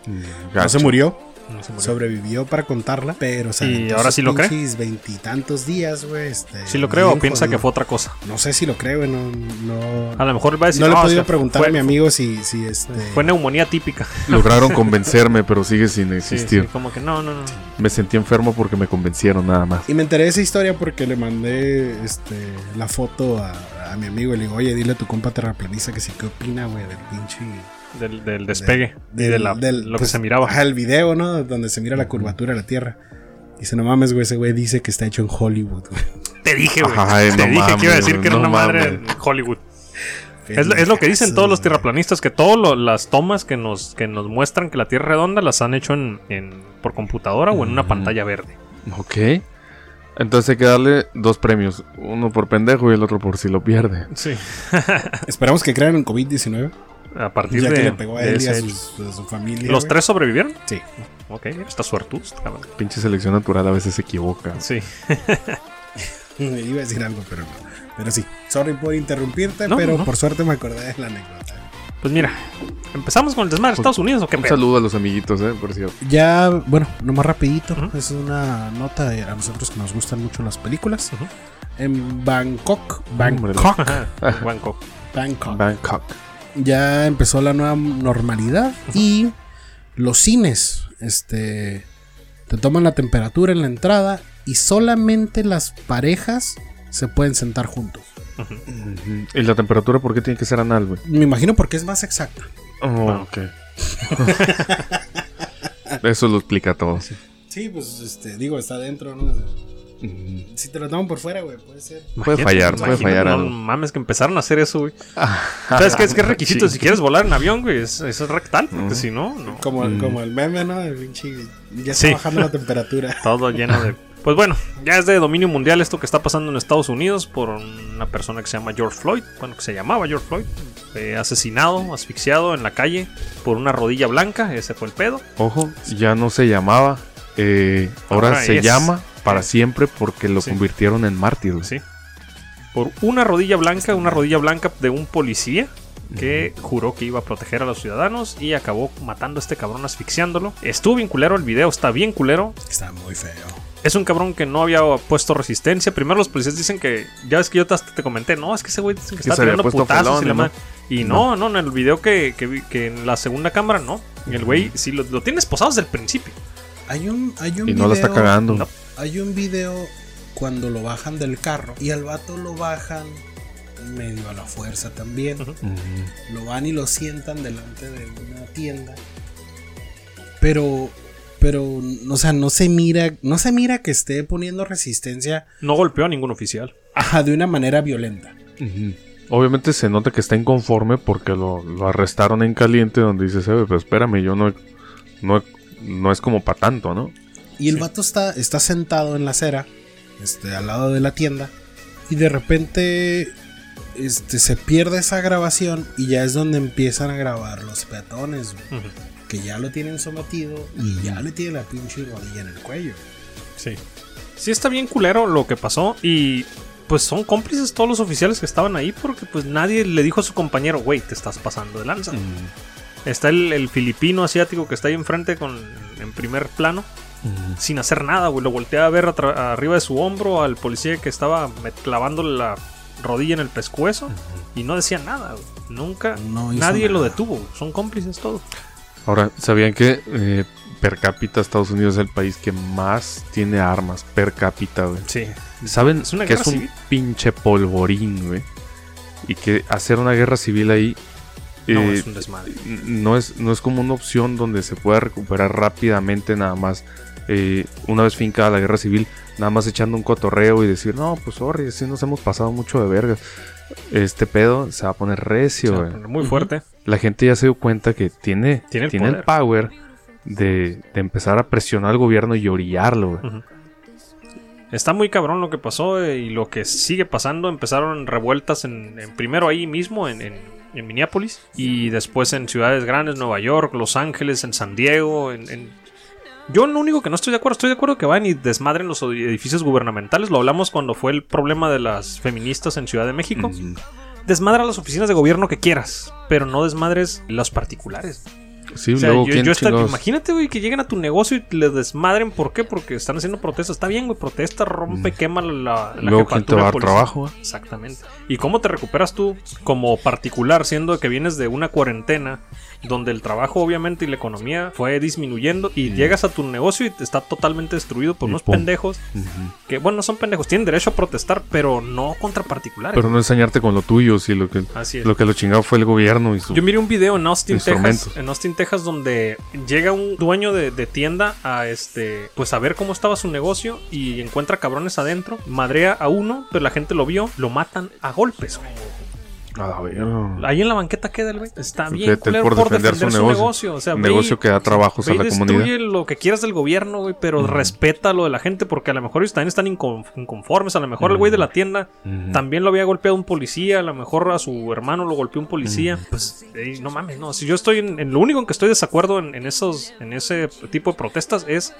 B: No se
D: Mm, Gacho.
B: murió,
A: No se murió.
B: sobrevivió para contarla, pero se
A: ¿Y
B: aventó
A: ahora
B: sus
A: sí lo cree?
B: pinches veintitantos días, güey. este,
A: Si lo creo,
B: bien
A: o piensa que
B: jodido.
A: fue otra cosa.
B: No sé si lo creo, güey, no, no,
A: A lo mejor va a decir.
B: no le he
A: "No, es
B: podido
A: que
B: preguntar
A: fue,
B: a mi amigo si, si este...
A: Fue neumonía típica.
D: Lograron convencerme, pero sigue sin
A: Sí,
D: existir.
A: sí, como que no, no, no.
D: Me sentí enfermo porque me convencieron nada más.
B: Y me enteré de esa historia porque le mandé este, la foto a, a mi amigo y le digo, oye, dile a tu compa terraplanista que sí, ¿qué opina, güey, del pinche...
A: Del, del despegue. y
B: del-
A: de la-
B: del-
A: lo que
B: pues,
A: se miraba.
B: Ajá, el video, ¿no? Donde se mira la curvatura de la Tierra. Dice, no mames, güey, ese güey dice que está hecho en Hollywood, güey.
A: Te dije, güey.
D: Ay,
A: Te dije
D: no
A: que iba a
D: mames,
A: decir que era
D: no
A: una madre en
D: mames.
A: Hollywood. Es lo, es lo que dicen todos los terraplanistas, que todas las tomas que nos, que nos muestran que la Tierra es redonda las han hecho en, en- por computadora o en una
D: Mm.
A: pantalla verde.
D: Ok. Entonces hay que darle dos premios. Uno por pendejo y el otro por si lo pierde.
A: Sí.
B: Esperamos que crean en COVID-19,
A: A partir
B: ya
A: de,
B: que le pegó a
A: de
B: él y a
A: ese
B: sus-
A: hecho.
B: a su, familia.
A: ¿Los
B: güey.
A: tres sobrevivieron?
B: Sí.
A: Ok, está suertudos, cabrón.
D: Pinche selección natural a veces se equivoca.
A: Sí.
B: [LAUGHS] Iba a decir algo, pero no. Pero sí, sorry por interrumpirte,
A: No,
B: pero
A: no, no.
B: por suerte me acordé de la anécdota.
A: Pues mira, empezamos con el desmadre de Estados Unidos o qué
D: Un
A: pedo?
D: saludo a los amiguitos, eh, por cierto.
B: Ya, bueno, nomás rapidito,
A: Ujú.
B: es una nota de a nosotros que nos gustan mucho las películas.
A: Ujú.
B: En Bangkok,
D: Hombre.
B: Bangkok,
A: Ajá, en Bangkok.
B: Bangkok,
D: Bangkok.
B: ya empezó la nueva normalidad y los cines, este, te toman la temperatura en la entrada y solamente las parejas se pueden sentar juntos.
A: Ujú.
D: Ujú. ¿Y la temperatura por qué tiene que ser anal, güey?
B: Me imagino porque es más exacta.
D: Oh, ok. [LAUGHS] Eso lo explica todo.
B: Sí, pues, este, digo, está adentro, ¿no?
D: Ujú.
B: Si te lo toman por fuera, güey, puede ser.
D: Puede
A: Imagínate,
D: fallar, puede
A: imagínate,
D: fallar
A: No
D: algo.
A: mames, que empezaron a hacer eso, güey. [LAUGHS] ¿Sabes qué es, que es requisito? Si quieres volar en avión, güey, es, es rectal, porque
D: Ujú.
A: si no, no.
B: Como,
D: Mm.
B: como el meme, ¿no? El pinche- Ya está
A: Sí.
B: bajando la temperatura.
A: Todo lleno de. Pues bueno, ya es de dominio mundial esto que está pasando en Estados Unidos por una persona que se llama George Floyd. Bueno, que se llamaba George Floyd. Fue asesinado, asfixiado en la calle por una rodilla blanca. Ese fue el pedo.
D: Ojo, ya no se llamaba. eh, ahora,
A: Ahora
D: se
A: es.
D: llama para siempre porque lo
A: Sí.
D: convirtieron en mártir. güey.
A: Sí. Por una rodilla blanca, una rodilla blanca de un policía que juró que iba a proteger a los ciudadanos y acabó matando a este cabrón asfixiándolo. Estuvo bien culero el video, está bien culero.
B: [LAUGHS] Está muy feo.
A: Es un cabrón que no había puesto resistencia. Primero los policías dicen que. Ya ves que yo te, hasta te comenté, no, es que ese güey dicen que
D: Que
A: está
D: se había
A: tirando
D: puesto
A: putazos
D: pelón
A: y la
D: y
A: madre. Y no,
D: no.
A: no, en el video que, que vi- que en la segunda cámara, no. Y el güey, si lo, lo tienes posado desde el principio.
B: Hay un, hay un
D: Y no la está cagando.
A: No.
B: Hay un video cuando lo bajan del carro y al vato lo bajan medio a la fuerza también.
A: Ujú.
D: Ujú.
B: Lo van y lo sientan delante de una tienda. Pero, pero, o sea, no se mira, no se mira que esté poniendo resistencia
A: No golpeó a ningún oficial.
B: ajá, de una manera violenta.
D: Ujú. Obviamente se nota que está inconforme porque lo, lo arrestaron en caliente donde dices, "Eh, pero espérame, yo no, no, no es como para tanto, ¿no?
B: Y el
A: Sí.
B: vato está, está sentado en la acera, este, al lado de la tienda, y de repente este, se pierde esa grabación y ya es donde empiezan a grabar los peatones, güey,
A: Ujú.
B: que ya lo tienen sometido y ya le tiene la pinche rodilla en el cuello.
A: Sí. Sí está bien culero lo que pasó y pues son cómplices todos los oficiales que estaban ahí porque pues nadie le dijo a su compañero, güey, te estás pasando de lanza. Está el, el filipino asiático que está ahí enfrente con, en primer plano sin hacer nada, güey. Lo volteé a ver atra- arriba de su hombro al policía que estaba me- clavándole la rodilla en el pescuezo y no decía nada, güey. Nunca.
B: No hizo
A: nadie lo
B: nada.
A: detuvo, güey. son cómplices todos.
D: Ahora, ¿sabían que eh, per cápita Estados Unidos es el país que más tiene armas per cápita, güey.
A: Sí.
D: ¿Saben
A: Es una
D: que
A: guerra
D: es un
A: civil.
D: pinche polvorín, güey? Y que hacer una guerra civil ahí
A: No,
D: eh,
A: es un desmadre.
D: no, es, no es como una opción donde se pueda recuperar rápidamente nada más. eh, una vez fincada la guerra civil, nada más echando un cotorreo y decir, no, pues sorry, sí nos hemos pasado mucho de verga. Este pedo se va a poner
A: Se
D: recio,
A: va a
D: güey.
A: poner muy fuerte.
D: La gente ya se dio cuenta que tiene,
A: Tiene
D: tiene,
A: el
D: el,
A: poder.
D: power de, de empezar a presionar al gobierno y orillarlo, güey.
A: Ujú. Está muy cabrón lo que pasó eh, y lo que sigue pasando. Empezaron revueltas en, en- primero ahí mismo en, en- en Minneapolis y después en ciudades grandes, Nueva York, Los Ángeles, en San Diego. En, en- Yo lo único que no estoy de acuerdo, estoy de acuerdo que van y desmadren los edificios gubernamentales. Lo hablamos cuando fue el problema de las feministas en Ciudad de México.
D: Ujú.
A: Desmadra las oficinas de gobierno que quieras, pero no desmadres las particulares.
D: Sí,
A: O sea,
D: luego,
A: yo-
D: ¿quién
A: yo hasta-
D: chingados?
A: imagínate, güey, que lleguen a tu negocio y les desmadren. ¿Por qué? Porque están haciendo protestas. Está bien, güey, protesta, rompe, quema la, la
D: Mm. Luego, ¿quién te va a dar
A: policial.
D: trabajo, güey?
A: Exactamente. ¿Y cómo te recuperas tú como particular, siendo que vienes de una cuarentena donde el trabajo, obviamente, y la economía fue disminuyendo y llegas a tu negocio y te está totalmente destruido por
D: Mm. Y
A: unos
D: pum.
A: pendejos
D: Ujú.
A: que, bueno, no son pendejos, tienen derecho a protestar, pero no contra particulares.
D: Pero no ensañarte con lo tuyo, si lo que
A: Así es.
D: lo que lo chingado fue el gobierno y su
A: Yo miré un video en Austin, Texas,
D: Instrumentos.
A: en Austin, Texas, donde llega un dueño de, de tienda a este, pues a ver cómo estaba su negocio y encuentra cabrones adentro, madrea a uno, pero la gente lo vio, lo matan a golpes. güey.
D: A la verga.
A: Ahí en la banqueta queda el güey. Está
D: Porque
A: bien
D: te-
A: culero
D: por defender su negocio.
A: O sea, ve y-
D: negocio que da trabajos
A: ve
D: a
A: y
D: la
A: destruye
D: comunidad.
A: lo que quieras del gobierno, güey, pero respeta lo de la gente porque a lo mejor ellos también están inconf- inconformes. A lo mejor el güey de la tienda
D: Ujú.
A: también lo había golpeado un policía, a lo mejor a su hermano lo golpeó un policía. Pues, ey, no mames, no. Si yo estoy en, en lo único en que estoy de desacuerdo en, en esos, en ese tipo de protestas es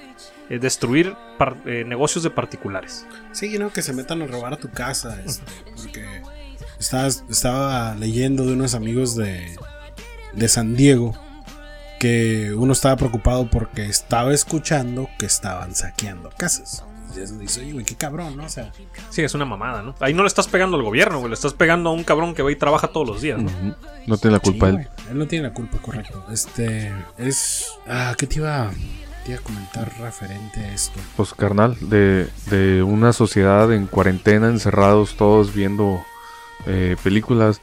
A: eh, destruir par- eh, negocios de particulares.
B: Sí, no, que se metan a robar a tu casa. este, porque estabas- estaba leyendo de unos amigos de, de San Diego que uno estaba preocupado porque estaba escuchando que estaban saqueando casas. Y es- dice, oye, güey, qué cabrón, ¿no? O sea,
A: Sí, es una mamada, ¿no? Ahí no le estás pegando al gobierno, güey, le estás pegando a un cabrón que va y trabaja todos los días, ¿no?
D: Ujú. No tiene la culpa
B: sí,
D: él.
B: güey, él no tiene la culpa, correcto. Este, es. Ah, ¿qué te iba, te iba a comentar referente a esto?
D: Pues carnal, de, de una sociedad en cuarentena, encerrados todos viendo eh, películas,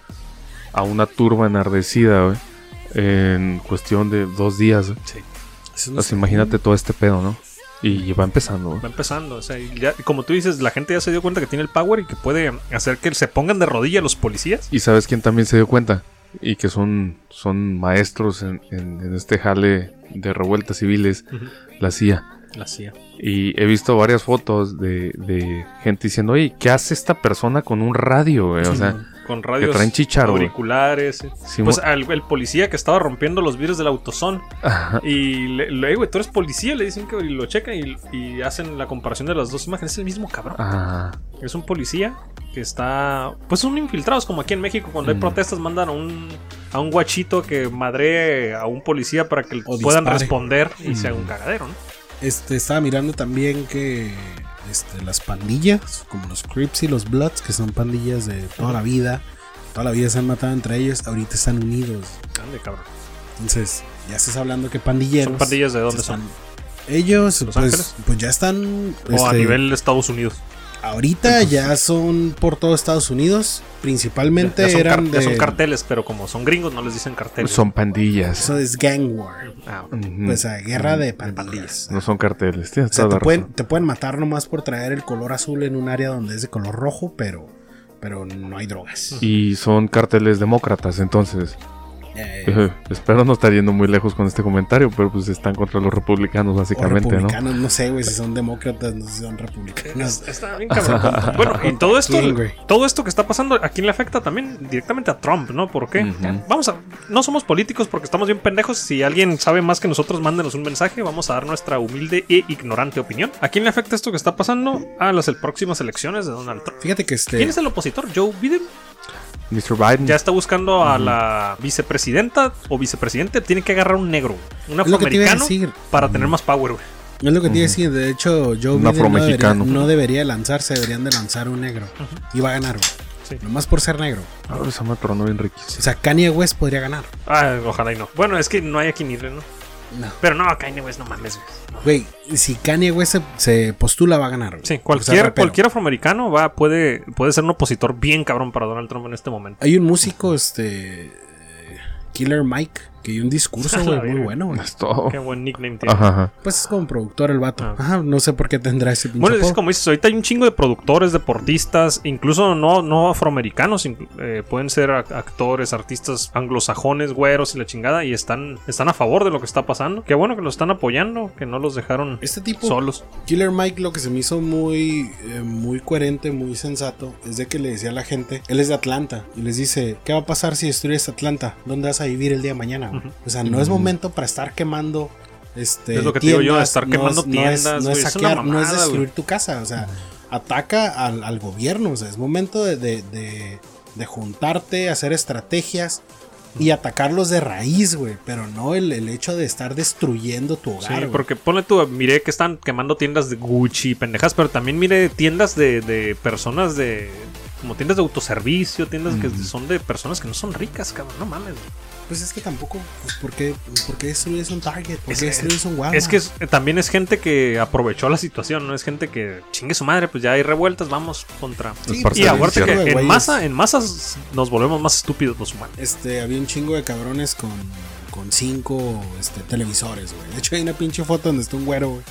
D: a una turba enardecida, güey, en cuestión de dos días. güey.
B: Eso no
D: Pues
B: sé.
D: imagínate todo este pedo, ¿no? Y va empezando, güey.
A: Va empezando, o sea, y ya- y como tú dices, la gente ya se dio cuenta que tiene el power y que puede hacer que se pongan de rodillas los policías.
D: ¿Y sabes quién también se dio cuenta? Y que son, son maestros en, en- en este jale de revueltas civiles, la CIA.
A: La CIA.
D: Y he visto varias fotos de, de gente diciendo, oye, ¿qué hace esta persona con un radio, güey? O sea,
A: Con radios
D: traen chicharro, güey.
A: auriculares. eh.
D: Sí,
A: pues
D: mo-
A: al- el policía que estaba rompiendo los vidrios del autosón. Y le, le "Ey, güey, tú eres policía, le dicen que y lo checan y, y hacen la comparación de las dos imágenes. Es el mismo cabrón.
D: ah,
A: Es un policía que está. Pues son infiltrados, como aquí en México. Cuando hay
D: Mm.
A: protestas, mandan a un. A un guachito que madre a un policía para que
B: O
A: puedan
B: dispare.
A: responder y
D: Mm.
A: se haga un cagadero, ¿no?
B: Este, estaba mirando también que este, las pandillas, como los Crips y los Bloods, que son pandillas de toda la vida, toda la vida se han matado entre ellos, ahorita están unidos.
A: Ande, cabrón.
B: Entonces, ya estás hablando que pandilleros.
A: ¿Son pandillas de dónde
B: se
A: son?
B: Ellos,
A: ¿Los Ángeles?
B: pues, pues ya están.
A: O a
B: este,
A: nivel de Estados Unidos.
B: Ahorita ya son por todo Estados Unidos. Principalmente
A: Ya, son car-
B: eran
A: ya
B: de.
A: son carteles, pero como son gringos, no les dicen carteles.
D: son pandillas.
B: Eso es gang war.
A: Ah, ok.
D: Ujú.
B: Pues, a guerra de pandillas.
D: No son carteles, tienes
B: O sea, te
D: toda la
B: pueden,
D: razón.
B: te pueden matar nomás por traer el color azul en un área donde es de color rojo, pero, pero no hay drogas.
D: Y son carteles demócratas, entonces.
B: Eh,
D: Eh, espero no estar yendo muy lejos con este comentario, pero pues están contra los republicanos,
B: o
D: básicamente, ¿no?
B: republicanos, ¿no? sé, güey, si son demócratas, no sé si son republicanos.
A: Está bien cabrón. bueno, y todo esto,
B: quién, güey?
A: todo esto que está pasando, ¿a quién le afecta también? Directamente a Trump, ¿no? ¿Por qué?
D: Ujú.
A: Vamos a. No somos políticos porque estamos bien pendejos. Si alguien sabe más que nosotros, mándenos un mensaje. Vamos a dar nuestra humilde e ignorante opinión. ¿A quién le afecta esto que está pasando? A las el- próximas elecciones de Donald Trump.
B: Fíjate que este.
A: ¿Quién es el opositor? Joe Biden.
D: Mr. Biden.
A: Ya está buscando a la vicepresidenta o vicepresidente. Tiene que agarrar un negro, un
B: Es lo que te iba a
A: afroamericano,
B: decir.
A: para tener más power. güey.
B: Es lo que te iba a decir. De hecho, Joe
D: Un
B: Biden no debería,
D: afromexicano.
B: no debería lanzarse, deberían de lanzar un negro. Y va a ganar, güey.
A: Sí.
B: Nomás por ser negro.
D: Ahora se me tronó bien riquísimo.
B: O sea, Kanye West podría ganar.
A: Ah, ojalá y no. Bueno, es que no hay a quien irle, ¿no?
B: No.
A: Pero no, Kanye West, no mames, güey.
B: Güey, si Kanye West se, se postula, va a ganar. güey.
A: Sí,
B: O sea,
A: cualquier,
B: rapero.
A: cualquier afroamericano va, puede, puede ser un opositor bien cabrón para Donald Trump en este momento.
B: Hay un músico, este. eh, Killer Mike, que dio un
A: [LAUGHS]
B: discurso, güey, muy bueno, güey.
D: Es todo.
A: Qué buen nickname tiene.
D: Ajá, ajá.
B: Pues es como productor el vato.
A: Ah.
B: Ajá, no sé por qué tendrá ese pinche
A: Bueno, es
B: apodo.
A: como dices, ahorita hay un chingo de productores, deportistas, incluso no, no afroamericanos, inclu- eh, pueden ser ac- actores, artistas anglosajones, güeros y la chingada, y están, están a favor de lo que está pasando. Qué bueno que lo están apoyando, que no los dejaron
B: Este tipo,
A: solos.
B: Killer Mike, lo que se me hizo muy, eh, muy coherente, muy sensato, es de que le decía a la gente, él es de Atlanta, y les dice, ¿qué va a pasar si destruyes Atlanta? ¿Dónde vas a vivir el día de mañana? güey?"
A: Ujú.
B: O sea, no es momento para estar quemando. Este,
A: Es lo que te digo yo,
B: tiendas,
A: estar
B: no
A: quemando
B: es- no es-
A: tiendas,
B: No es,
A: güey, es una
B: saquear, no es
A: mamada,
B: destruir
A: güey.
B: tu casa, o sea, ataca al, al gobierno, o sea, es momento de, de- de- de juntarte, hacer estrategias. Y atacarlos de raíz, güey. Pero no el, el hecho de estar destruyendo tu hogar.
A: Sí,
B: güey.
A: porque ponle tú, miré que están quemando tiendas de Gucci, pendejas, pero también miré tiendas de, de personas de. Como tiendas de autoservicio, tiendas que son de personas que no son ricas, cabrón, no mames.
B: Pues es que tampoco, pues, ¿por qué, por qué destruyes un Target? ¿Por
A: Es-
B: qué destruyes un Walmart?
A: Es que es- también es gente que aprovechó la situación, no es gente que chingue su madre, pues ya hay revueltas, vamos contra.
B: Sí,
D: Es
B: pues,
A: Y
D: parcial,
B: aguante
A: aparte
D: cierto.
B: chingo de
A: que en
B: güeyes.
A: masa, eh. en masas nos volvemos más estúpidos los humanos.
B: Este, había un chingo de cabrones con, con cinco este, televisores, güey. De hecho, hay una pinche foto donde está un güero, güey.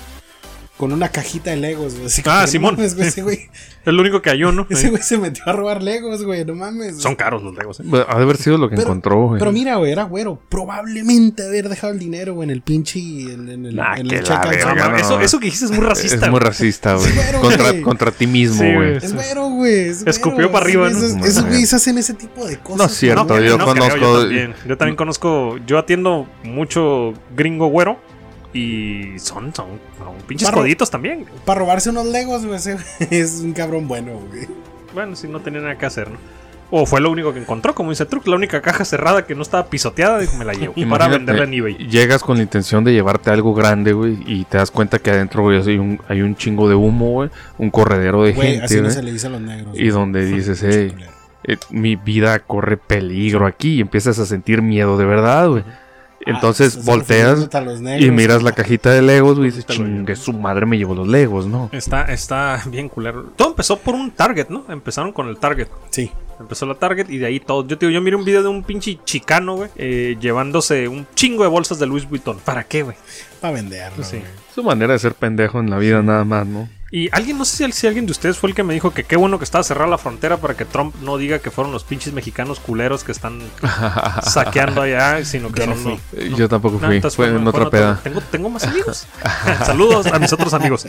B: Con una cajita de Legos, güey. Así
A: Ah,
B: como,
A: Simón.
B: No mames, güey,
A: [LAUGHS]
B: ese güey
A: Es lo único que hay uno. eh,
B: ese güey se metió a robar Legos, güey. No mames.
A: Son caros los
D: [LAUGHS]
A: legos. eh.
D: Bueno, Ha de haber sido lo que
B: Pero-
D: encontró, güey.
B: Pero mira, güey, era güero. Probablemente haber dejado el dinero, güey, en el pinche. En, en el,
A: Ah,
D: Nah,
B: en
D: que
B: el
D: la
B: checkout.
A: No,
D: verga,
A: mames,
D: no.
A: eso, eso que dijiste es muy racista.
D: Es muy
A: güey.
D: racista, güey.
B: Sí, güero, güey.
D: Contra, contra ti mismo,
A: Sí,
D: güey.
A: güey.
B: Es güero, güey. es güero.
A: Escupió para arriba, ¿no?
B: Esos esos güeyes hacen ese tipo de cosas.
D: No es cierto,
B: güey.
A: que-
D: yo
A: creo,
D: conozco-
A: yo, también. Yo también conozco. Yo atiendo mucho gringo güero. Y son, son, son pinches
B: Barro.
A: joditos también.
B: Para robarse unos legos, güey. ese güey Es un cabrón bueno, güey.
A: Bueno, si no tenía nada que hacer, ¿no? O fue lo único que encontró, como dice el truco, la única caja cerrada que no estaba pisoteada, dijo, me la
D: [LAUGHS]
A: llevo. para
D: Imagínate,
A: venderla en eBay.
D: Llegas con la intención de llevarte algo grande, güey, y te das cuenta que adentro, güey, hay un, hay un chingo de humo, güey, un corredero de
B: Güey, así
D: gente,
B: no
D: güey,
B: se le dice a los negros.
D: y donde dices, hey,
B: Ah,
D: eh, mi vida corre peligro aquí, y empiezas a sentir miedo de verdad, güey.
A: Ah,
D: Entonces volteas y miras la cajita de Legos, güey, y dices,
A: Te lo llevo.
D: chingue, su madre me llevó los Legos, ¿no?
A: Está, está bien culero. Todo empezó por un Target, ¿no? Empezaron con el Target.
B: Sí.
A: Empezó la Target y de ahí todo. Yo te digo, yo miré un video de un pinche chicano, güey, eh, llevándose un chingo de bolsas de Louis Vuitton. ¿Para qué, güey?
B: Para venderlo.
A: Sí.
B: Sí.
D: Su manera de ser pendejo en la vida nada más, ¿no?
A: Y alguien, no sé si, si alguien de ustedes fue el que me dijo que qué bueno que estaba cerrada la frontera para que Trump no diga que fueron los pinches mexicanos culeros que están saqueando allá, sino que
B: Yo no
A: son los-
D: Eh, Yo tampoco
A: No,
D: fui,
A: entonces
D: fue en
A: fueron-
D: otra
A: fueron
D: peda.
A: otro- Tengo, tengo
D: [LAUGHS]
A: más amigos. [LAUGHS] Saludos a mis otros amigos.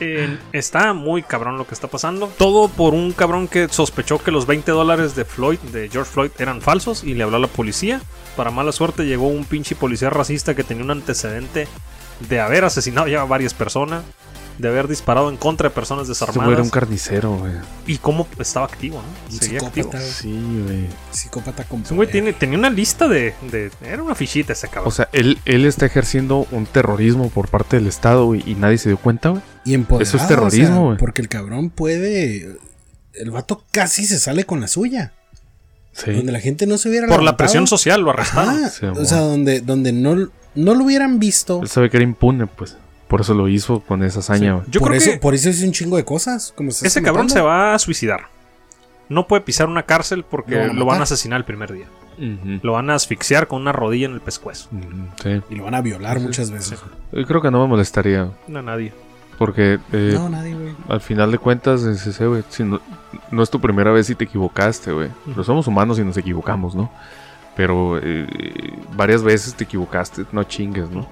A: Eh, está muy cabrón lo que está pasando. Todo por un cabrón que sospechó que los 20 dólares de Floyd, de George Floyd, eran falsos y le habló a la policía. Para mala suerte llegó un pinche policía racista que tenía un antecedente de haber asesinado ya a varias personas, de haber disparado en contra de personas
D: Este güey era un
A: desarmadas
D: carnicero, güey.
A: y cómo estaba activo, ¿no?
B: Un
A: Seguía activo.
B: psicópata.
D: Sí, güey.
B: Psicópata con
A: Ese güey
B: poder.
A: tiene, tenía una lista de, de- Era una fichita ese cabrón.
D: O sea, él, él está ejerciendo un terrorismo por parte del Estado güey, y nadie se dio cuenta, güey.
B: Y empoderado,
D: Eso es terrorismo,
B: o sea,
D: güey.
B: porque el cabrón puede. El vato casi se sale con la suya. Donde la gente no se hubiera.
A: por la
B: levantado.
A: presión social lo arrestaron.
B: Ajá,
D: Sí,
B: o
D: amor.
B: sea, donde, donde no, no lo hubieran visto.
D: Él sabe que era impune, pues. Por eso lo hizo con esa hazaña, güey.
A: Yo
B: por,
A: creo
B: eso, pues,
A: que
B: por eso hice un chingo de cosas. Como estás
A: ese cabrón
B: comentando.
A: se va a suicidar. No puede pisar una cárcel porque
B: Lo van
A: lo,
B: a
A: van
B: matar.
A: a asesinar el primer día.
D: Ujú.
A: Lo van a asfixiar con una rodilla en el pescuezo.
D: Ujú, Sí.
B: Y lo van a violar muchas veces.
D: Yo Eh, creo que no me molestaría,
A: No a nadie.
D: porque eh,
B: No, nadie, güey.
D: al final de cuentas, es ese, güey, si no, no es tu primera vez si te equivocaste, güey. Pero somos humanos y nos equivocamos, ¿no? Pero eh, varias veces te equivocaste, no chingues, ¿no?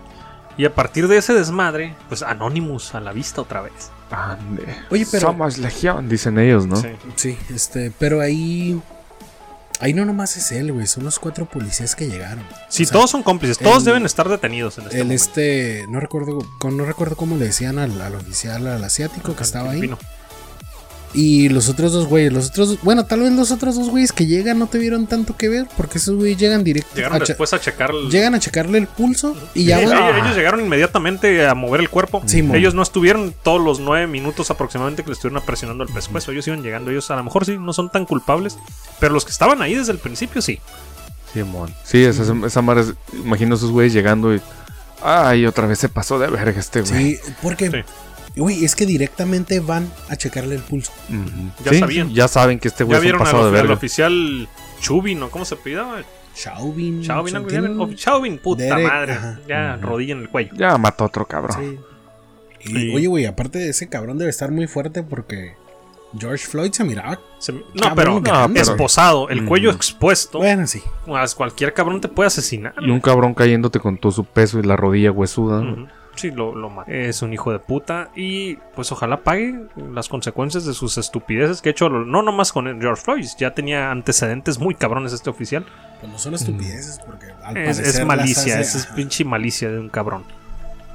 A: Y a partir de ese desmadre, pues Anonymous a la vista otra vez.
D: Ande.
B: Oye, pero.
D: Somos legión, dicen ellos, ¿no?
A: Sí.
B: Sí, este, pero ahí. Ahí no nomás es él, güey. Son los cuatro policías que llegaron.
A: Sí,
B: O sea,
A: todos son cómplices. Todos
B: el-
A: deben estar detenidos en este
B: El
A: momento.
B: este. No recuerdo, con- no recuerdo cómo le decían al, al oficial, al asiático que estaba ahí.
A: Filipino.
B: Y los otros dos güeyes. Los otros. dos- Bueno, tal vez los otros dos güeyes que llegan no te vieron tanto que ver. Porque esos güeyes llegan directo.
A: Llegaron
B: a che-
A: después a checar. el-
B: llegan a checarle el pulso. Y ya
A: Sí,
B: van.
A: ellos, ellos llegaron inmediatamente a mover el cuerpo.
B: Sí, mo.
A: ellos no estuvieron todos los nueve minutos aproximadamente que le estuvieron presionando el pescuezo. Ellos iban llegando. Ellos a lo mejor sí no son tan culpables. Pero los que estaban ahí desde el principio sí.
D: Simón. Sí, esa, esa madre es- imagino esos güeyes llegando y. Ay, otra vez se pasó de verga este güey.
B: Sí, porque, güey, es que directamente van a checarle el pulso.
D: Ujú.
A: Ya
D: Sí,
A: sabían.
D: Ya saben que este
A: Ya
D: güey se
A: vieron al,
D: pasó de
A: al
D: verga.
A: oficial Chubin, ¿no? ¿Cómo se pidaba?
B: Chauvin.
A: Chauvin, algo, ya
B: ¿tiene
A: ven-
B: un-
A: oh, Chauvin, puta
B: Derek,
A: madre.
B: ajá.
A: Ya, rodilla en el cuello.
D: Ya mató a otro cabrón.
B: Sí. Y,
A: Sí.
B: Oye, güey, aparte de ese cabrón debe estar muy fuerte porque George Floyd se miraba.
A: Se- no,
B: Cabrón,
A: pero,
B: no, pero-
A: esposado,
D: Mm.
A: el cuello expuesto.
B: Bueno, sí.
A: Pues, Cualquier cabrón te puede asesinar.
D: Y un cabrón cayéndote con todo su peso y la rodilla huesuda.
A: Ujú. Sí, lo, lo mata. Es un hijo de puta. Y pues ojalá pague las consecuencias de sus estupideces que ha hecho. lo- No nomás con George Floyd. Ya tenía antecedentes muy cabrones este oficial.
B: Pues no son estupideces porque al
A: Mm. Es,
B: parecer
A: es
B: las
A: malicia,
B: hace-
A: esa es
B: ajá.
A: pinche malicia de un cabrón.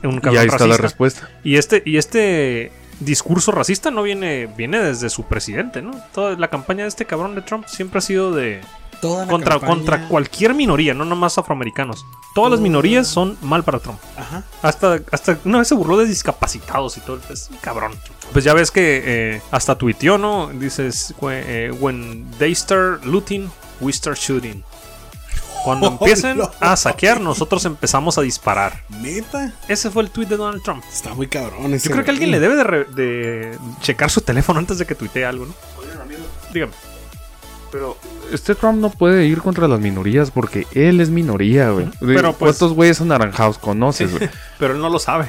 A: Un
D: Y
A: cabrón
D: ahí está la
A: racista.
D: respuesta.
A: Y este, y este discurso racista no viene, viene desde su presidente, ¿no? Toda la campaña de este cabrón de Trump siempre ha sido de
B: Toda la
A: contra,
B: campaña-
A: contra cualquier minoría, no nomás afroamericanos. Todas las
B: Toda-
A: minorías son mal para Trump.
B: Ajá.
A: Hasta, hasta una vez se burló de discapacitados y todo. Es un cabrón. Pues ya ves que eh, hasta tuiteó, ¿no? Dices, "Cu- eh, when they start looting, we start shooting.
B: [LAUGHS]
A: Cuando
B: Oh,
A: empiecen
B: no.
A: a saquear, nosotros empezamos a disparar.
B: Neta.
A: Ese fue el tweet de Donald Trump.
B: Está muy cabrón ese.
A: Yo creo que
B: güey.
A: alguien le debe de, re- de checar su teléfono antes de que tuitee algo, ¿no? Dígame.
D: Pero este Trump no puede ir contra las minorías porque él es minoría, güey.
A: Ujú. Pero, pues-
D: ¿Cuántos güeyes anaranjados conoces, güey?
A: Pero él no lo sabe.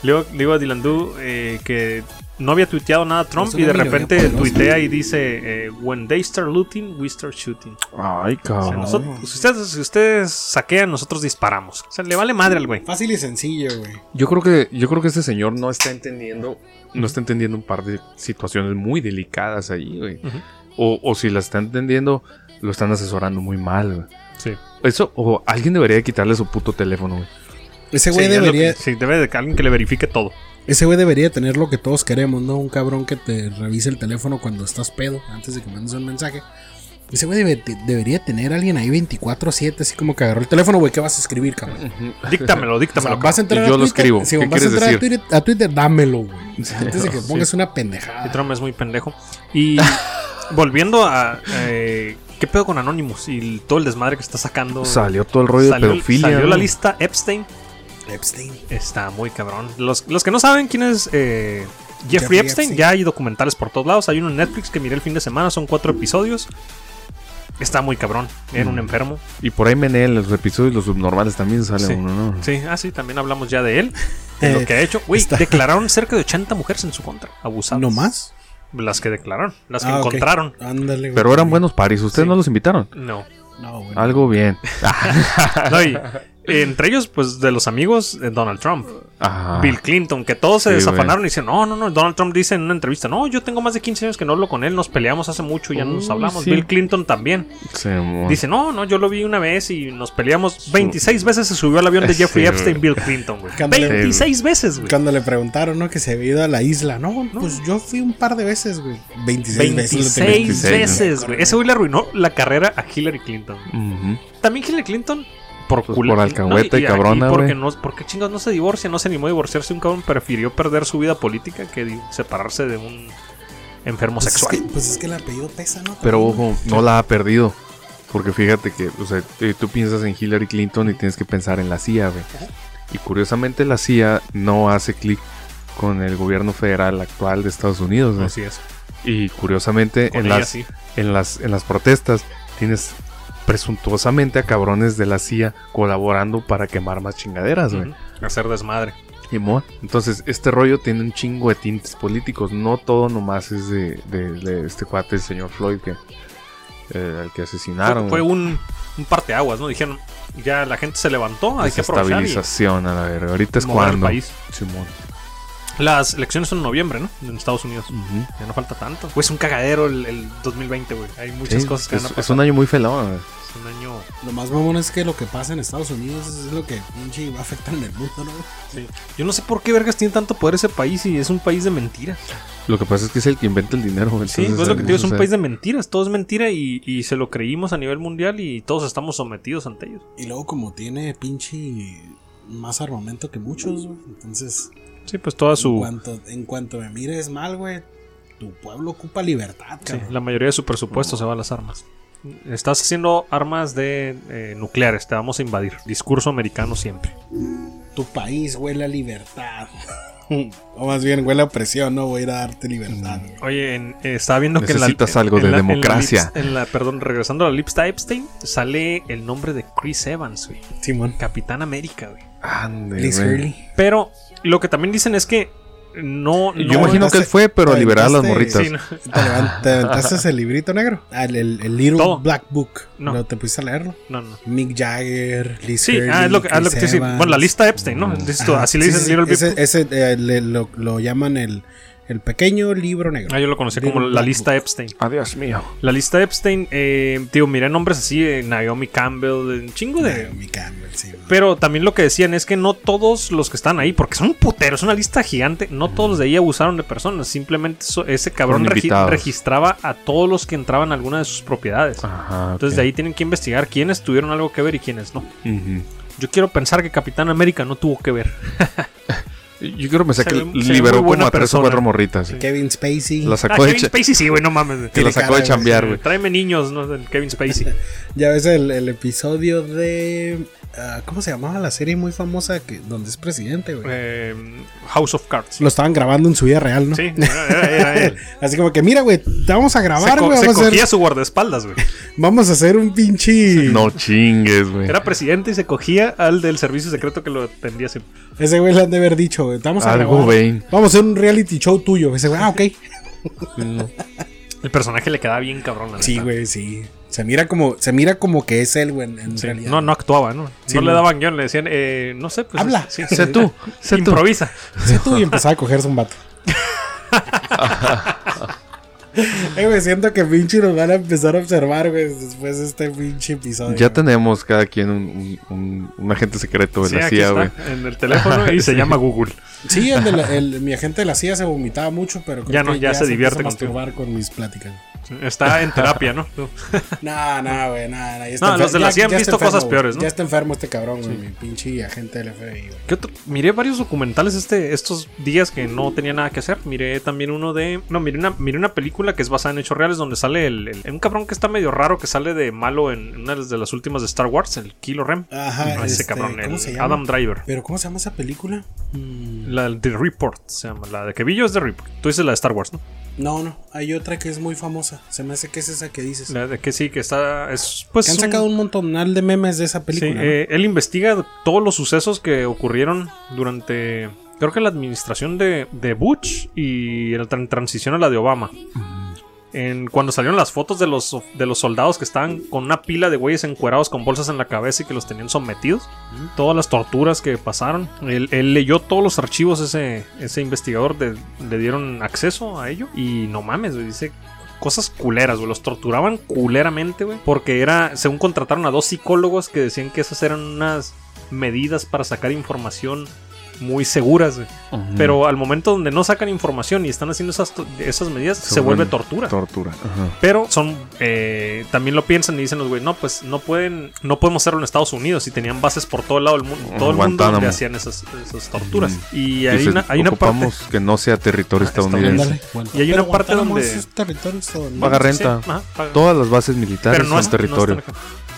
A: Le digo- le digo a Dylan Du, eh, que no había tuiteado nada a Trump
B: Es
A: y
B: una
A: de
B: minoría
A: repente
B: poderosa.
A: tuitea y dice: eh, When they start looting, we start shooting.
D: Ay,
A: O sea,
B: Ah.
D: cabrón.
A: nosotros- si, ustedes, si ustedes saquean, nosotros disparamos. O sea, le vale madre al güey.
B: Fácil y sencillo, güey.
D: Yo creo que, yo creo que este señor no está entendiendo, no está entendiendo un par de situaciones muy delicadas ahí, güey.
A: Ujú.
D: o, o si la está entendiendo, lo están asesorando muy mal, güey.
A: Sí.
D: Eso, o alguien debería quitarle su puto teléfono, güey.
B: Ese güey
A: es lo que-
B: debería,
A: sí, debe de que alguien que le verifique todo.
B: ese güey debería tener lo que todos queremos, ¿no? Un cabrón que te revise el teléfono cuando estás pedo, antes de que mandes un mensaje. Ese güey debe- te- debería tener a alguien ahí 24-7, así como que agarró el teléfono, güey, ¿qué vas a escribir, cabrón?
A: Díctamelo,
B: O [LAUGHS] sea,
A: díctamelo.
B: vas a entrar
D: Y yo
B: a
D: lo
B: Twitter,
D: escribo.
B: sí,
D: ¿Qué
B: vas a
D: quieres
B: entrar a
D: decir?
B: Twitter, a Twitter, dámelo,
D: [LAUGHS]
B: güey. Antes de que pongas una
A: Y
B: pendejada.
A: Trump es muy pendejo.
D: [LAUGHS]
A: Y volviendo a. eh, ¿Qué pedo con Anonymous y el- todo el desmadre que está sacando?
D: Salió todo el rollo
A: Oh. Salió-
D: de pedofilia.
A: salió
D: ¿no?
A: la lista Epstein.
B: Epstein.
A: Está muy cabrón. Los, los que no saben quién es eh, Jeffrey,
B: Jeffrey
A: Epstein,
B: Epstein.
A: ya hay documentales por todos lados. Hay uno en Netflix que miré el fin de semana, son cuatro episodios. Está muy cabrón. Era un
D: Mm.
A: enfermo.
D: Y por ahí menea en los episodios los subnormales también sale
A: Sí.
D: uno, ¿no?
A: Sí, ah, sí, también hablamos ya de él. De
D: Eh,
A: lo que ha hecho. Güey,
B: Está-
A: declararon cerca de 80 mujeres en su contra, abusadas.
B: ¿No más?
A: Las que declararon, las que
B: Ah, ok.
A: encontraron.
B: Ándale, güey.
D: Pero eran buenos paris, ustedes
A: Sí. Mm.
D: no los invitaron.
A: No.
B: No, güey.
D: Algo bien.
A: [LAUGHS] No, y, eh, entre ellos, pues de los amigos, eh, Donald Trump,
D: Ajá.
A: [LAUGHS] Bill Clinton, que todos se
D: Ah. Sí,
A: desafanaron
D: güey.
A: y dicen, no, no, no, Donald Trump dice en una entrevista, no, yo tengo más de 15 años que no hablo con él, nos peleamos hace mucho, ya no nos
D: Uy,
A: hablamos.
D: sí.
A: Bill Clinton también.
D: Se mo-
A: Dice, no, no, yo lo vi una vez y nos peleamos. 26 veces se subió al avión de Jeffrey
D: [LAUGHS] Sí,
A: Epstein, Bill Clinton, güey.
B: Cándale.
A: 26 veces, güey.
B: Cuando le preguntaron, ¿no? Que se había ido a la isla. No,
A: No.
B: pues yo fui un par de veces, güey. 26, veces. lo tenía.
A: 26
D: 26,
A: veces, güey. Ese güey le arruinó la carrera a Hillary Clinton.
D: Ujú.
A: También Hillary Clinton por
D: Pues
A: culo-
D: por alcahueta y
A: aquí
D: cabrona,
A: porque
D: güey.
A: no, porque chingados no se divorcia, no se animó a divorciarse un cabrón, prefirió perder su vida política que di- separarse de un enfermo
B: Pues es,
A: sexual.
B: que, pues es que el apellido pesa, ¿no?
D: Pero
B: También,
D: ojo, no la ha perdido. Porque fíjate que, o sea, eh, tú piensas en Hillary Clinton y tienes que pensar en la CIA, güey. Y curiosamente la CIA no hace clic con el gobierno federal actual de Estados Unidos, güey.
A: Así es.
D: Y curiosamente
A: Oh, Con
D: en
A: ella
D: las,
A: sí.
D: en, las, en las protestas tienes presuntuosamente a cabrones de la CIA colaborando para quemar más chingaderas, güey.
A: Ujú. Hacer desmadre.
D: Simón. Entonces, este rollo tiene un chingo de tintes políticos. No todo nomás es de, de- de este cuate, el señor Floyd, que, eh, al que asesinaron.
A: Fue, fue
D: güey.
A: un, un parteaguas, ¿no? Dijeron, ya la gente se levantó, hay que aprovechar y
D: Desestabilización, a la verga. Ahorita es
A: mover el
D: cuando.
A: país.
D: Simón.
A: Las elecciones son en noviembre, ¿no? En Estados Unidos.
D: Ujú.
A: Ya no falta tanto. Pues es un cagadero el, el 2020, güey. Hay muchas
D: Sí,
A: cosas que van a
D: es,
A: pasar.
D: es un año muy felón. güey.
A: Es un año...
B: Lo más mamón es que lo que pasa en Estados Unidos es lo que pinche va a afectar en el mundo, ¿no?
A: Yo no sé por qué vergas tiene tanto poder ese país y es un país de mentiras.
D: Lo que pasa es que es el que inventa el dinero. güey.
A: Sí,
D: Entonces, eh,
A: pues lo que te digo, es
D: o
A: un
D: sea,
A: país de mentiras, todo es mentira y, y se lo creímos a nivel mundial y todos estamos sometidos ante ellos.
B: Y luego como tiene pinche más armamento que muchos, güey. Entonces,
A: Sí, pues toda
B: en,
A: su...
B: cuanto, en cuanto me mires mal, güey, tu pueblo ocupa libertad,
A: sí,
B: cabrón.
A: la mayoría de su presupuesto se va a las armas. Estás haciendo armas de eh, nucleares, te vamos a invadir. Discurso americano siempre.
B: Tu país huele a libertad. [LAUGHS] o más bien huele a opresión, no voy a ir a darte libertad.
A: Oye, en- eh, estaba viendo que en la-
D: Necesitas
A: en-
D: algo
A: en
D: de
A: la- en la
D: democracia.
A: lips- en la- perdón, regresando a la lista Epstein, sale el nombre de Chris Evans, güey.
B: Simón.
A: Capitán América, güey.
D: Ande,
B: Liz
D: güey.
B: Hurley.
A: Pero lo que también dicen es que no.
D: Yo
A: no-
D: imagino que él fue, pero a liberar a las morritas.
A: Sí, no.
B: ¿Te,
A: [LAUGHS]
B: levan- te aventaste el librito negro? Ah, el, el- el Little
A: Todo.
B: Black Book.
A: No.
B: No. te pusiste a leerlo?
A: No, [LAUGHS] no.
B: Mick Jagger, Liz
A: Sí,
B: Hurley,
A: ah, es lo que, ah, es lo que
B: Chris
A: te decía.
B: Evans.
A: Bueno, la lista Epstein, ¿no? Dices tú,
B: Ajá,
A: así le
B: sí,
A: dicen
B: sí, sí.
A: Little Big
B: Ese,
A: Book.
B: ese, eh, le- lo, lo llaman el, el pequeño libro negro.
A: Ah, yo lo conocí
B: Little
A: como la
B: Black
A: lista
B: Book.
A: Epstein.
D: Adiós Ah, mío.
A: La lista Epstein, eh, digo, miré nombres así, eh, Naomi Campbell, un chingo de...
B: Naomi Campbell, Ah, sí, güey.
A: Pero también lo que decían es que no todos los que están ahí, porque son un putero, es una lista gigante, no todos los de ahí abusaron de personas, simplemente eso- ese cabrón
D: Fueron
A: regi-
D: invitados.
A: registraba a todos los que entraban a alguna de sus propiedades.
D: Ajá.
A: Entonces de ahí tienen que investigar quiénes tuvieron algo que ver y quiénes no.
D: ahí.
A: Yo quiero pensar que Capitán América no tuvo que ver.
D: Yo creo que me sé
A: Se
D: que
A: ve- se ve
D: liberó
A: muy buena
D: como a tres o
A: persona.
D: cuatro morritas.
A: Sí.
B: Kevin Spacey.
D: La
A: Ah,
D: sacó de
A: Kevin
D: cha-
A: Spacey sí, güey, no mames. güey.
D: que la
B: Tiene
D: sacó
B: cara,
D: de
B: güey.
D: chambear, güey.
A: Tráeme niños, ¿no? Del Kevin
B: [LAUGHS]
A: Spacey.
B: Ya ves el, el episodio de. ah, ¿Cómo se llamaba la serie muy famosa que, donde es presidente, güey?
A: Eh, House of Cards.
B: Lo estaban grabando en su vida real, ¿no? [LAUGHS]
A: Sí, era, era- era él.
B: Así como que, mira, güey, te vamos [LAUGHS] a
A: Se,
B: grabar,
A: co-
B: güey.
A: se
B: Vamos, a
A: cogía
B: hacer-
A: su guardaespaldas, güey.
B: vamos a hacer un pinche.
D: No chingues, güey.
A: Era presidente y se cogía al del servicio secreto que lo atendía siempre.
B: Ese güey le han de haber dicho, güey. Te vamos a
D: Algo
B: grabar.
D: vain.
B: Vamos a hacer un reality show tuyo. Ese güey, ah, ok.
A: El personaje le quedaba bien cabrón. la
B: Sí,
A: neta.
B: güey, sí. Se mira como, se mira como que es él, güey, en, en
A: Sí,
B: realidad.
A: No, no actuaba, ¿no?
B: Sí,
A: no le
B: no.
A: daban guión, le decían, eh, no sé, pues.
B: Habla.
A: sí,
B: [LAUGHS]
D: Sé tú, sé tú.
A: Improvisa.
B: Sí, tú y empezaba a
A: [LAUGHS]
B: cogerse un vato. Eh, güey, siento que pinche nos van a empezar a observar, güey, después de este pinche episodio.
D: Ya
B: güey.
D: tenemos cada quien un, un- un- un agente secreto de
A: Sí,
D: la
A: aquí
D: CIA,
A: está,
D: Pues güey.
A: en el teléfono
B: [LAUGHS]
A: y se
D: Sí.
A: llama Google.
B: Sí, el de la- el- mi agente de la CIA se vomitaba mucho, pero creo
A: Ya no,
B: que
A: ya se divierte
B: empieza a
A: contigo.
B: masturbar con mis pláticas.
A: Está en terapia,
B: [LAUGHS]
A: ¿no?
B: No, no, güey, no, no. ya está
A: No,
B: enfer-
A: los de la
B: ya-
A: CIA han
B: ya está
A: visto
B: enfermo,
A: cosas
B: güey.
A: peores, ¿no?
B: Ya está enfermo este cabrón, güey, mi pinche agente del FBI, güey.
A: ¿Qué otro? Miré varios documentales este, estos días que no tenía nada que hacer. Miré también uno de. No, miré una, miré una película que es basada en hechos reales donde sale el, el- un cabrón que está medio raro que sale de malo en una de las últimas de Star Wars, el Kilo Ren.
B: Ajá,
A: No, ese
B: este,
A: cabrón,
B: ¿cómo
A: el
B: se llama?
A: Adam Driver.
B: Pero ¿cómo se llama esa película? Mm,
A: La de Report se llama. La de que vi yo es de Report. Tú dices la de Star Wars, ¿no?
B: No, no, hay otra que es muy famosa. Se me hace que es esa que dices.
A: La de que sí, que está. Es, pues,
B: que han
A: un-
B: sacado un montonal de memes de esa
A: Sí,
B: película. ¿no?
A: eh, él investiga todos los sucesos que ocurrieron durante, creo que la administración de, de Bush y la tran- transición a la de Obama. En, cuando salieron las fotos de los, de los soldados que estaban con una pila de güeyes encuerados con bolsas en la cabeza y que los tenían sometidos, todas las torturas que pasaron, él, él leyó todos los archivos, ese, ese investigador de- le dieron acceso a ello y no mames, güey, dice cosas culeras, güey. Los torturaban culeramente, güey. Porque era, según contrataron a dos psicólogos que decían que esas eran unas medidas para sacar información muy seguras, güey. Pero al momento donde no sacan información y están haciendo esas, to- esas medidas, se,
D: Se
A: vuelve
D: vuelve
A: tortura.
D: Tortura. Ajá.
A: Pero son, eh, también lo piensan y dicen los güey, no, pues no pueden, no podemos hacerlo en Estados Unidos y tenían bases por todo lado del mundo, todo el mundo donde
D: Guantánamo.
A: hacían esas, esas torturas.
D: Ujú.
A: Y hay
D: Dices,
A: una, hay una parte, Ah,
D: ocupamos que no sea territorio estadounidense.
B: Ándale, Guantánamo.
A: Y hay una
B: Pero
A: parte
B: Guantánamo
A: donde-
B: es territorio estadounidense.
D: Paga
A: Sí,
D: renta.
A: ajá, paga.
D: Todas las bases militares
A: pero no
D: son
A: es
D: territorio,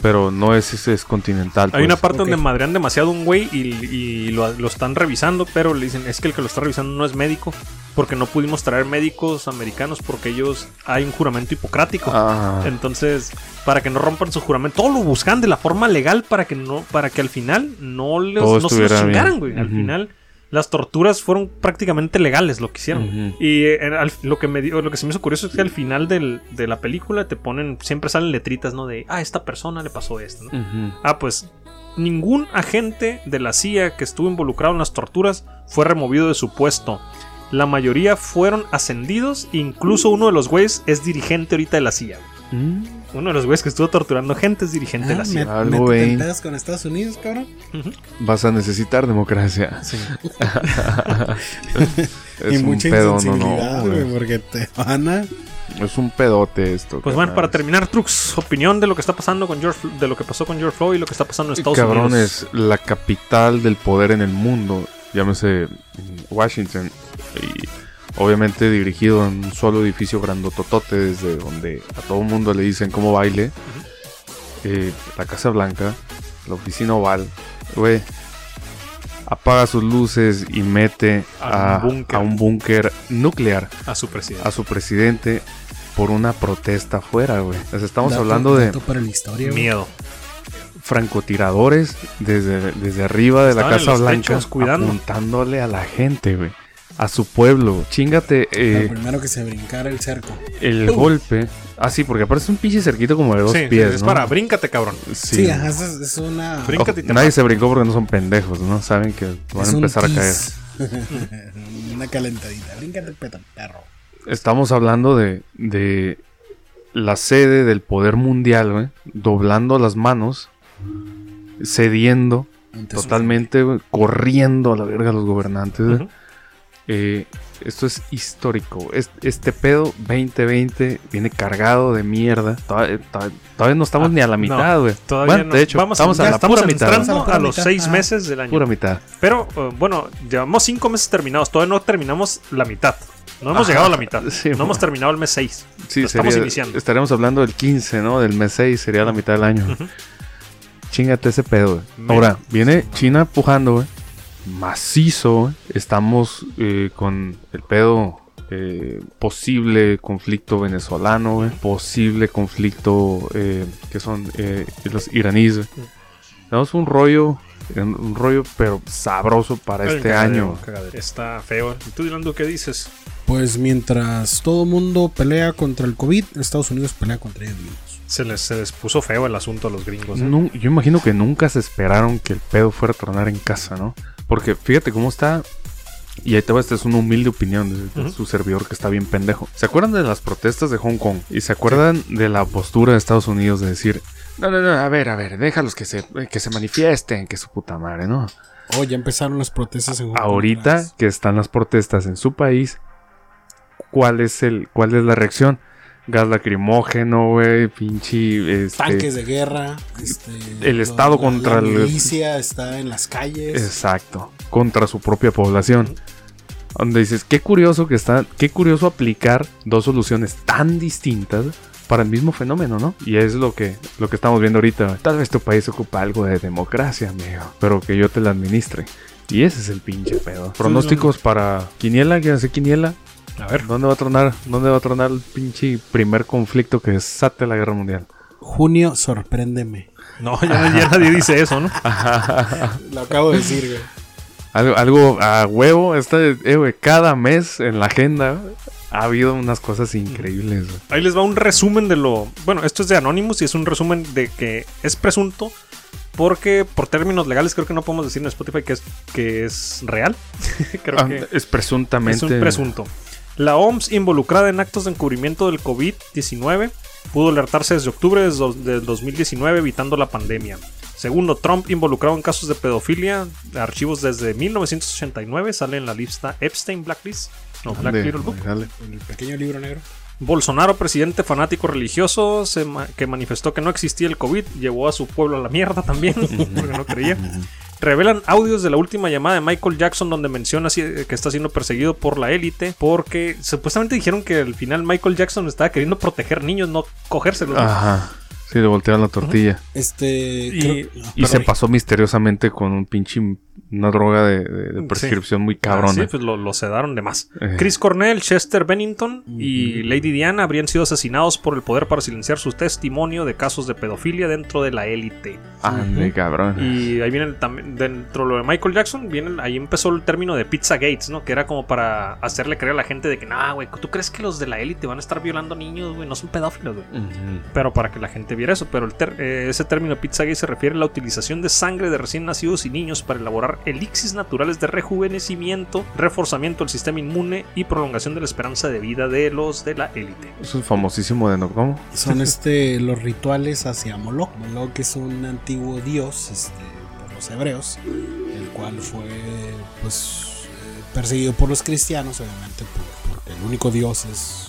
D: pero no es ese es continental.
A: Hay
D: pues.
A: una parte
B: ok.
A: donde madrean demasiado a un güey y, y lo, lo están revisando, pero le dicen, es que el que lo está revisando no es médico, porque no pudimos traer médicos americanos porque ellos hay un juramento hipocrático.
D: Ah,
A: Entonces, para que no rompan su juramento, todo lo buscan de la forma legal para que no, para que al final no, les, no
D: Todo
A: se los
D: estuviera bien.
A: chingaran, güey. Al
D: Ujú.
A: final, las torturas fueron prácticamente legales lo que hicieron.
D: Ujú.
A: Y eh, en- al- lo, que me, dio- lo que se me hizo curioso es que al final del- de la película te ponen, siempre salen letritas, ¿no? De, ah, esta persona le pasó esto, ¿no?
D: ujú.
A: Ah, pues ningún agente de la CIA que estuvo involucrado en las torturas fue removido de su puesto. La mayoría fueron ascendidos, e incluso uno de los güeyes es dirigente ahorita de la CIA. güey. Uno de los güeyes que estuvo torturando gente es dirigente de
B: Ah,
A: la CIA.
B: me-
D: Algo,
B: métete
D: güey.
B: en pedos con Estados Unidos, cabrón.
A: Ujú.
D: Vas a necesitar democracia.
B: [LAUGHS]
D: es
B: y
D: un
B: mucha
D: pedo, no,
B: insensibilidad,
D: no.
B: güey,
D: güey.
B: porque te van a.
D: Es un pedote esto.
A: Pues bueno,
D: carnal.
A: para terminar, Trux, opinión de lo que está pasando con George, Fl- de lo que pasó con George Floyd y lo que está pasando en Estados Unidos.
D: Cabrones, la capital del poder en el mundo, llámese mm, Washington. Y obviamente dirigido en un solo edificio grandototote desde donde a todo mundo le dicen cómo baile. Eh, la Casa Blanca, la oficina oval, güey, apaga sus luces y mete
A: A
D: a,
A: un búnker.
D: a un búnker nuclear
A: a su presidente.
D: a su presidente por una protesta afuera, güey. O sea, estamos
B: Dato-
D: hablando de
B: dato para la historia, güey.
A: Miedo.
D: francotiradores desde, desde arriba de
A: Estaban
D: la
A: en
D: Casa
A: los
D: Blanca
A: techos cuidando.
D: apuntándole a la gente, güey. A su pueblo, güey. chingate eh,
B: Lo primero que se brincara el cerco.
D: el golpe. Ah, sí, porque aparte es un pinche cerquito como de dos
A: Sí,
D: pies,
A: sí, es
D: ¿no?
A: para bríncate, cabrón.
D: Sí.
B: Sí, ah. ajá, es, es
A: Brin-
B: una.
D: Ojo,
A: Bríncate y te
D: nadie
A: mato.
D: se brincó porque no son pendejos, ¿no? Saben que van
B: es
D: a
B: un
D: empezar a caer.
B: tease. [LAUGHS] una calentadita. Bríncate, peta, perro.
D: Estamos hablando de, de la sede del poder mundial, güey. Doblando las manos, cediendo
B: Ante su-
D: totalmente, güey, corriendo a la verga los gobernantes, güey.
A: Ujú.
D: Eh, esto es histórico. Es- este pedo 2020 viene cargado de mierda. Todavía, todavía- todavía no estamos
A: Ah,
D: ni a la
A: no,
D: mitad, güey.
A: Todavía
D: Bueno,
A: no.
D: De hecho,
A: vamos
D: estamos
A: ya
D: a la
A: estamos
D: pura mitad.
A: entrando
B: Estamos a la
A: a los
B: mitad.
A: seis
B: Ah.
A: meses del año.
D: Pura mitad.
A: Pero eh, bueno, llevamos cinco meses terminados. Todavía no terminamos la mitad. No hemos
D: Ajá,
A: llegado a la [LAUGHS] mitad.
D: sí,
A: no
D: bueno.
A: hemos terminado el mes 6.
D: Sí,
A: Lo estamos
D: sería-
A: iniciando.
D: Estaremos hablando del 15, ¿no? Del mes 6 sería la mitad del año.
A: [LAUGHS] Ujú.
D: Chingate ese pedo, güey.
A: Me-
D: Ahora, viene China pujando, güey. Macizo, güey. Estamos eh, con el pedo. eh, posible conflicto venezolano, güey. Posible conflicto eh, que son eh, los iraníes, güey. Tenemos un rollo, un un rollo, pero sabroso para este año.
A: Está feo. ¿Y tú, Dilando, qué dices?
B: Pues mientras todo mundo pelea contra el COVID, Estados Unidos pelea contra ellos mismos.
A: Se les, se les puso feo el asunto a los gringos. ¿eh?
D: Nu- yo imagino que nunca se esperaron que el pedo fuera a tronar en casa, ¿no? Porque fíjate cómo está. Y ahí te va, esta es una humilde opinión de, de
A: Ujú.
D: su servidor que está bien pendejo. ¿Se acuerdan de las protestas de Hong Kong? ¿Y se acuerdan de la postura de Estados Unidos de decir, no, no, no, a ver, a ver, déjalos que se, eh, que se manifiesten, que su puta madre, ¿no?
B: Oh, ya empezaron las protestas en Hong Kong otra
D: Ahorita
B: vez.
D: que están las protestas en su país, ¿cuál es, el, cuál es la reacción? Gas lacrimógeno, güey, pinche... este,
B: Tanques de guerra. este,
D: el Estado contra
B: la
D: el-
B: milicia está en las calles.
D: Exacto, contra su propia población. Donde dices, qué curioso que está, qué curioso aplicar dos soluciones tan distintas para el mismo fenómeno, ¿no? Y es lo que, lo que estamos viendo ahorita. Tal vez tu país ocupa algo de democracia, amigo, pero que yo te la administre. Y ese es el pinche pedo. Pronósticos para Quiniela, que hace Quiniela.
A: A ver.
D: ¿Dónde va a tronar? ¿Dónde va a tronar el pinche primer conflicto que desate la
A: [LAUGHS]
D: guerra mundial?
B: Junio, sorpréndeme. Ah,
A: No, ya, ya nadie dice eso, ¿no?
B: Lo acabo de decir, güey.
D: Algo, algo a huevo, está, eh, güey, cada mes en la agenda ha habido unas cosas increíbles. güey.
A: [LAUGHS] Ahí les va un resumen de lo. Bueno, esto es de Anonymous y es un resumen de que es presunto. Porque por términos legales creo que no podemos decir en Spotify que es, que es real. [LAUGHS] creo
D: Ah,
A: que
D: es presuntamente.
A: Es un presunto. La OMS, involucrada en actos de encubrimiento del COVID-19, pudo alertarse desde octubre de dos- del 2019 evitando la pandemia. Segundo, Trump, involucrado en casos de pedofilia, archivos desde 1989, sale en la lista Epstein Blacklist. No, Black
D: Ande,
A: Little Book.
D: dale.
B: El pequeño libro negro.
A: Bolsonaro, presidente fanático religioso, se ma- que manifestó que no existía el COVID, llevó a su pueblo a la mierda también, [LAUGHS] porque no creía. Revelan audios de la última llamada de Michael Jackson donde menciona si- que está siendo perseguido por la élite porque supuestamente dijeron que al final Michael Jackson estaba queriendo proteger niños, no cogérselos.
D: Ajá. Sí, le voltearon la tortilla.
B: Este.
A: Y-
B: creo-
D: Y se
B: perdón.
D: pasó misteriosamente con un pinche. Una droga de, de- de prescripción muy
A: Ah,
D: cabrona.
A: sí, pues lo, lo sedaron de más.
D: Eh.
A: Chris Cornell, Chester Bennington y Lady Diana habrían sido asesinados por el poder para silenciar su testimonio de casos de pedofilia dentro de la élite.
D: Ande, ah, cabrón.
A: Y ahí viene también, dentro de lo de Michael Jackson, viene, el- ahí empezó el término de Pizza Gates, ¿no? Que era como para hacerle creer a la gente de que, nah, güey, ¿tú crees que los de la élite van a estar violando niños, güey? No son pedófilos, güey.
D: Ujú.
A: Pero para que la gente viera eso, pero el ter- eh, ese término Pizza Gate se refiere a la utilización de sangre de recién nacidos y niños para elaborar elixis naturales de rejuvenecimiento, reforzamiento del sistema inmune y prolongación de la esperanza de vida de los de la élite.
D: Es un famosísimo de no. ¿Cómo?
A: [LAUGHS]
B: Son este los rituales hacia Moloch. Moloch es un antiguo dios este, por los hebreos, el cual fue pues eh, perseguido por los cristianos, obviamente, por- porque el único dios es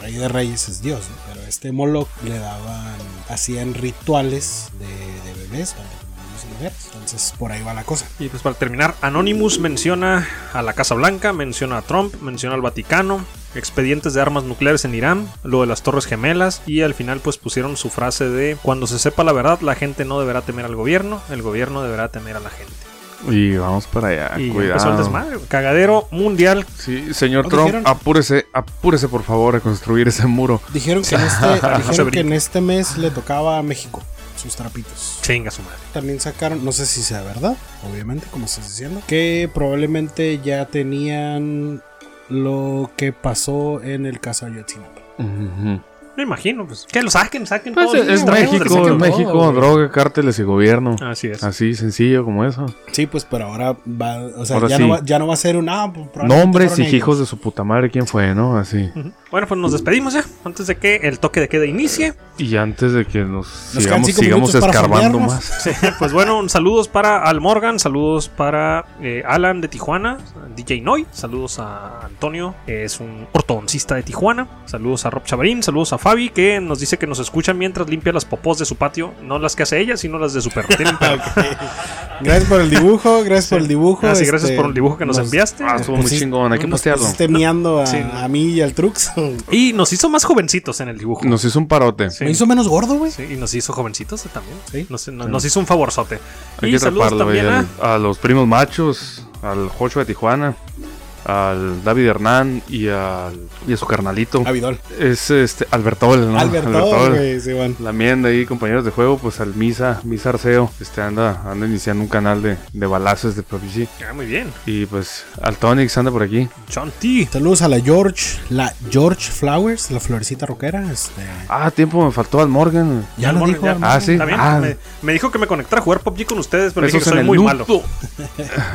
B: rey de reyes es Dios, ¿no? pero a este Moloch le daban hacían rituales de, de bebés cuando hombres y mujeres. Entonces, por ahí va la cosa.
A: Y pues para terminar, Anonymous menciona a la Casa Blanca, menciona a Trump, menciona al Vaticano, expedientes de armas nucleares en Irán, lo de las Torres Gemelas y al final pues pusieron su frase de cuando se sepa la verdad la gente no deberá temer al gobierno, el gobierno deberá temer a la gente.
D: Y vamos para allá,
A: y empezó el
D: Ah, cuidado.
A: desmadre, güey. cagadero mundial.
D: Sí, señor
B: ¿No
D: Trump,
B: dijeron?
D: apúrese, apúrese por favor a construir ese muro.
B: Dijeron
A: [LAUGHS]
B: que, en este,
A: Se
B: dijeron que
A: brinca.
B: en este mes le tocaba a México sus trapitos.
A: Chinga su madre.
B: También sacaron, no sé si sea verdad, obviamente, como estás diciendo, que probablemente ya tenían lo que pasó en el caso Ayotzinapa.
A: Me imagino, pues que lo saquen, saquen
D: Pues
A: todos
D: es,
A: los
D: es
A: trabajos del
D: México, Ah, pues.
A: sexo.
D: es México,
E: todo, güey.
D: droga, cárteles y gobierno.
A: Así es.
D: Así sencillo como eso.
B: Sí, pues, pero ahora va, o sea,
D: Ahora
B: ya,
D: sí.
B: no va, ya no va a ser un ah, pues, probablemente
D: Nombres
B: fueron
D: y
B: ellos.
D: hijos de su puta madre, ¿quién fue, no? Así.
A: Ujú. Bueno, pues nos despedimos ya, antes de que el toque de queda inicie.
D: Y antes de que nos
B: Nos quedan
D: sigamos,
B: cinco
D: sigamos
B: minutos para
D: escarbando
B: fondearnos.
D: más.
A: Sí, [LAUGHS] pues bueno, un saludos para Al Morgan, saludos para eh, Alan de Tijuana, DJ Noy, saludos a Antonio, que es un ortodoncista de Tijuana, saludos a Rob Chavarín, saludos a Fabi, que nos dice que nos escucha mientras limpia las popós de su patio, no las que hace ella, sino las de su perro. Tienen
B: [LAUGHS]
A: perro.
B: Gracias por el dibujo, gracias por el dibujo.
A: Así, Ah, gracias por el dibujo que nos enviaste.
D: Ah, estuvo muy
B: Pusiste-
D: chingón, hay que
A: nos
D: postearlo.
B: Este miando a,
A: Sí.
B: a mí y al Trux.
A: Y nos hizo más jovencitos en el dibujo.
D: Nos hizo un parote.
A: Sí.
B: Me hizo menos gordo, güey.
A: Sí, y nos hizo jovencitos también.
B: Sí.
A: Nos, nos- nos hizo un favorzote.
D: Hay
A: y
D: que
A: saludos
D: atraparlo, güey,
A: también a...
D: al- a... los primos machos, al Jocho de Tijuana, al David Hernán y, al, y a su carnalito.
B: Abidol.
D: Es este Albertol, ¿no?
B: Alberto,
D: Albertol.
B: güey, sí, bueno.
D: La mienda ahí, compañeros de juego, pues al Misa, Misa Arceo, este anda, anda iniciando un canal de, de balazos de PUBG.
A: Ah, muy bien.
D: Y pues al Tonix anda por aquí.
A: John T.
B: Saludos a la George, la George Flowers, la florecita rockera. Este,
D: Ah, tiempo me faltó al Morgan.
B: ya
A: Al
B: lo
A: Morgan,
B: dijo.
A: ya.
B: Armando.
D: Ah, sí.
A: Está bien,
D: Ah,
A: me, me dijo que me conectara a jugar PUBG con ustedes, pero le dije
D: Eso
A: que
D: es en
A: soy
D: el
A: muy
D: loop.
A: malo.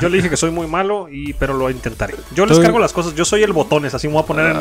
A: Yo le dije que soy muy malo, y, pero lo intentaré. Yo les
B: Todo-
A: cargo las cosas, yo soy el botones, así me voy a
D: [LAUGHS]
A: poner en,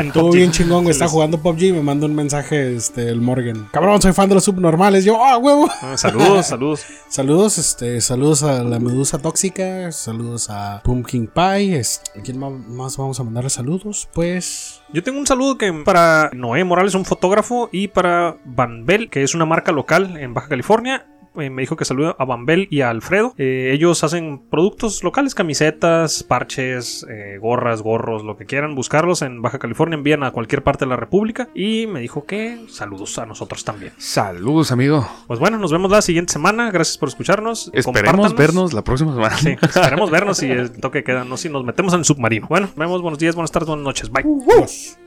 A: en
B: Estuvo
A: [LAUGHS] PUBG.
B: bien chingón, güey. Está
A: Les-
B: jugando PUBG y me manda un mensaje este, el Morgan. Cabrón, soy fan de los subnormales. Yo, ah, huevo. [LAUGHS]
A: Ah, Saludos, saludos.
B: Saludos, este, saludos a la Medusa Tóxica. Saludos a Pumpkin Pie. este, ¿A quién ma- más vamos a mandarle saludos? Pues.
A: Yo tengo un saludo que para Noé Morales, un fotógrafo, y para Banbel, que es una marca local en Baja California. Eh, me dijo que saluda a Banbel y a Alfredo. Eh, ellos hacen productos locales, camisetas, parches, eh, gorras, gorros, lo que quieran. Buscarlos en Baja California, envían a cualquier parte de la República. Y me dijo que saludos a nosotros también.
D: Saludos, amigo.
A: Pues bueno, nos vemos la siguiente semana. Gracias por escucharnos.
D: Esperemos
A: Compártanos. [LAUGHS]
D: vernos la próxima semana.
A: Sí, esperemos vernos y el toque queda, no si nos metemos en el submarino. Bueno, nos vemos, buenos días, buenas tardes, buenas noches. Bye.
B: adiós.